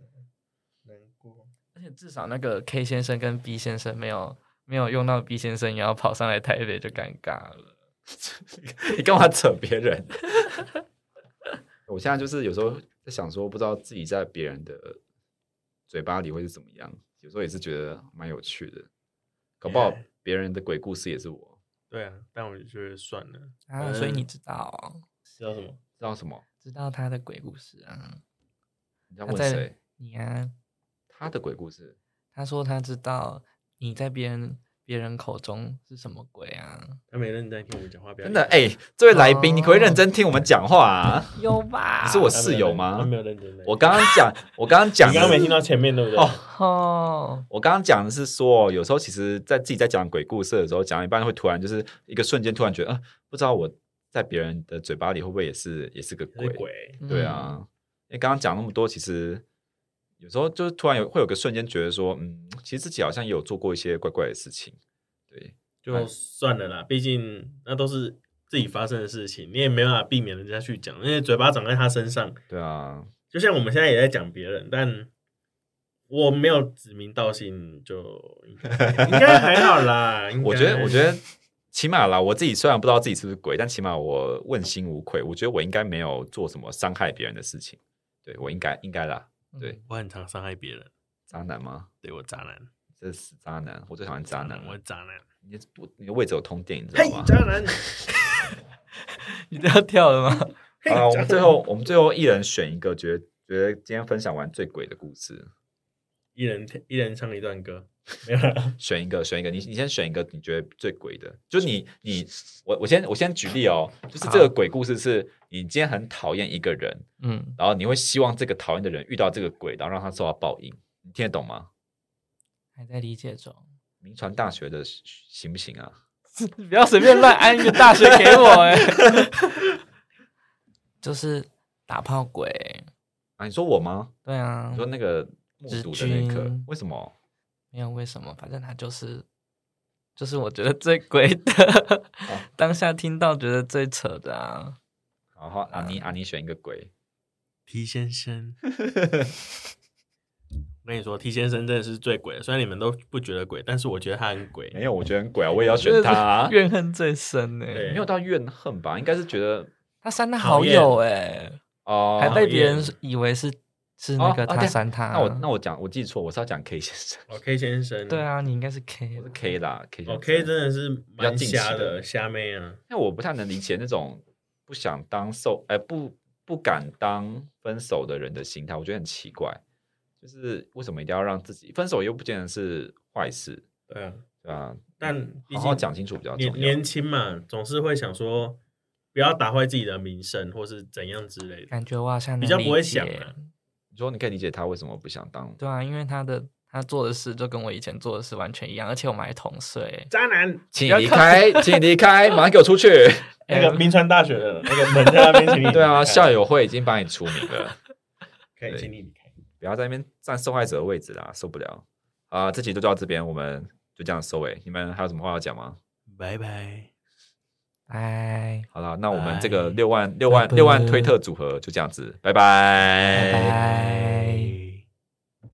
[SPEAKER 3] 难过。
[SPEAKER 2] 而而且至少那个 K 先生跟 B 先生没有没有用到 B 先生，也要跑上来台北就尴尬了。
[SPEAKER 1] 你干嘛扯别人？ 我现在就是有时候在想说，不知道自己在别人的嘴巴里会是怎么样，有时候也是觉得蛮有趣的，搞不好
[SPEAKER 3] Yeah
[SPEAKER 1] 别人的鬼故事也是我。
[SPEAKER 3] 对啊，但我就觉得算了，
[SPEAKER 2] 啊，所以你知道
[SPEAKER 3] 知道什么？
[SPEAKER 1] 知道什么？
[SPEAKER 2] 知道他的鬼故事啊？
[SPEAKER 1] 你在
[SPEAKER 2] 他
[SPEAKER 1] 问
[SPEAKER 2] 在
[SPEAKER 1] 谁？
[SPEAKER 2] 你啊？
[SPEAKER 1] 他的鬼故事？
[SPEAKER 2] 他说他知道你在别人别人口中是什么鬼啊？
[SPEAKER 3] 他没认真听我们讲话，不要
[SPEAKER 1] 真的
[SPEAKER 3] 理他
[SPEAKER 1] 哎、这位来宾，你可不可以
[SPEAKER 2] 哦
[SPEAKER 1] 认真听我们讲话啊？
[SPEAKER 2] 有吧？
[SPEAKER 1] 你是我
[SPEAKER 3] 他没有
[SPEAKER 1] 室友
[SPEAKER 3] 认
[SPEAKER 1] 吗
[SPEAKER 3] 他没有认真的。
[SPEAKER 1] 我刚刚讲，我刚刚讲
[SPEAKER 3] 你刚刚没
[SPEAKER 1] 的，
[SPEAKER 3] 听到前面对不对？
[SPEAKER 1] 哦
[SPEAKER 2] 哦，
[SPEAKER 1] 我刚刚讲的是说，有时候其实，在自己在讲鬼故事的时候，讲到一半会突然就是一个瞬间，突然觉得，啊，不知道我在别人的嘴巴里会不会也是也是个
[SPEAKER 3] 是
[SPEAKER 1] 鬼？
[SPEAKER 3] 鬼，
[SPEAKER 1] 对
[SPEAKER 2] 嗯，
[SPEAKER 1] 啊，因为刚刚讲那么多，其实有时候就是突然有会有个瞬间觉得说，嗯，其实自己好像也有做过一些怪怪的事情。对，
[SPEAKER 3] 就算了啦，毕竟那都是自己发生的事情，你也没办法避免人家去讲，因为嘴巴长在他身上。
[SPEAKER 1] 对啊，
[SPEAKER 3] 就像我们现在也在讲别人，但我没有指名道姓，就应 该应该还好啦。应该
[SPEAKER 1] 我觉得，我觉得起码啦，我自己虽然不知道自己是不是鬼，但起码我问心无愧。我觉得我应该没有做什么伤害别人的事情。对我应该应该啦，对
[SPEAKER 2] 嗯，
[SPEAKER 3] 我很常伤害别人，
[SPEAKER 1] 渣男吗？
[SPEAKER 3] 对我渣男，
[SPEAKER 1] 这是死渣男，我最讨厌渣男
[SPEAKER 3] 我
[SPEAKER 1] 了。
[SPEAKER 3] 渣男，
[SPEAKER 1] 你的不，你的位置有通电，你知
[SPEAKER 3] 嘿
[SPEAKER 1] 道吗，？
[SPEAKER 3] 渣 男，
[SPEAKER 2] 你都要跳了吗？
[SPEAKER 3] 嘿
[SPEAKER 1] 好啦，啊我
[SPEAKER 3] 渣
[SPEAKER 1] 们
[SPEAKER 3] 男
[SPEAKER 1] 最后我们最后一人选一个，觉得觉得今天分享完最鬼的故事，
[SPEAKER 3] 一人一人唱一段歌，没有啦，
[SPEAKER 1] 选一个，选一个，你你先选一个你觉得最鬼的，就你你我我先我先举例哦，就是这个鬼故事是你今天很讨厌一个人，
[SPEAKER 2] 嗯，
[SPEAKER 1] 然后你会希望这个讨厌的人遇到这个鬼，然后让他受到报应，你听得懂吗？
[SPEAKER 2] 还在理解中。
[SPEAKER 1] 名传大学的行不行啊？
[SPEAKER 2] 不要随便乱安一个大学给 我哎、就是打炮鬼，
[SPEAKER 1] 啊，你说我吗？
[SPEAKER 2] 对啊
[SPEAKER 1] 你，说那个
[SPEAKER 3] 嗯
[SPEAKER 1] 目睹的那一刻
[SPEAKER 2] 直军，
[SPEAKER 1] 为什么？
[SPEAKER 2] 没有为什么，反正他就是，就是我觉得最鬼的， 当下听到觉得最扯的啊，
[SPEAKER 1] 然后阿尼阿尼啊选一个鬼，
[SPEAKER 3] T 先 生，我跟你说，T 先生真的是最鬼的。虽然你们都不觉得鬼，但是我觉得他很鬼。
[SPEAKER 1] 没有，我觉得很 鬼啊，我也要选他、啊
[SPEAKER 2] 就是。怨恨最深呢、
[SPEAKER 3] 对
[SPEAKER 1] 没有到怨恨吧，应该是觉得
[SPEAKER 2] 他删他好友哎、
[SPEAKER 1] 哦、
[SPEAKER 2] 还被别人以为是是那个
[SPEAKER 1] 哦哦
[SPEAKER 2] 他
[SPEAKER 1] 对
[SPEAKER 2] 删他、
[SPEAKER 1] 那我那我讲我记错，我是要讲 K 先生，
[SPEAKER 3] 哦，K 先生，
[SPEAKER 2] 对，啊，你应该是 K，
[SPEAKER 1] 我是 K 啦，K
[SPEAKER 3] 哦
[SPEAKER 1] 先
[SPEAKER 3] ，K
[SPEAKER 1] 生
[SPEAKER 3] 真的是蛮瞎
[SPEAKER 1] 比较近期的
[SPEAKER 3] 的瞎妹啊。
[SPEAKER 1] 因为我不太能理解那种不想当受，哎、不不敢当分手的人的心态，我觉得很奇怪。就是为什么一定要让自己分手，又不见得是坏事，
[SPEAKER 3] 对啊，
[SPEAKER 1] 对吧？嗯
[SPEAKER 3] 但毕
[SPEAKER 1] 好好
[SPEAKER 3] 竟
[SPEAKER 1] 讲清楚比较重
[SPEAKER 3] 年
[SPEAKER 1] 要
[SPEAKER 3] 年。轻嘛，总是会想说不要打坏自己的名声，或是怎样之类的。
[SPEAKER 2] 感觉我好像
[SPEAKER 3] 比
[SPEAKER 2] 能
[SPEAKER 3] 较不会
[SPEAKER 2] 理解
[SPEAKER 3] 想啊
[SPEAKER 1] 你说你可以理解他为什么不想当，
[SPEAKER 2] 对啊，因为他的他做的事就跟我以前做的事完全一样，而且我们还同岁。
[SPEAKER 3] 渣男，
[SPEAKER 1] 请你离开，请你离开，马上给我出去。
[SPEAKER 3] 那个名川大学的那个门在那边，请你
[SPEAKER 1] 对啊，校
[SPEAKER 3] 友
[SPEAKER 1] 友会已经把你除名了。
[SPEAKER 3] 可以，请你离开。
[SPEAKER 1] 不要在那边站受害者的位置啦，受不了啊、这集就到这边，我们就这样收尾。你们还有什么话要讲吗？
[SPEAKER 3] 拜拜。
[SPEAKER 2] 拜
[SPEAKER 1] 好啦，那我们这
[SPEAKER 3] 哎
[SPEAKER 1] 个六万六万
[SPEAKER 2] 拜拜
[SPEAKER 1] 六万推特组合就这样子，拜拜
[SPEAKER 2] 拜。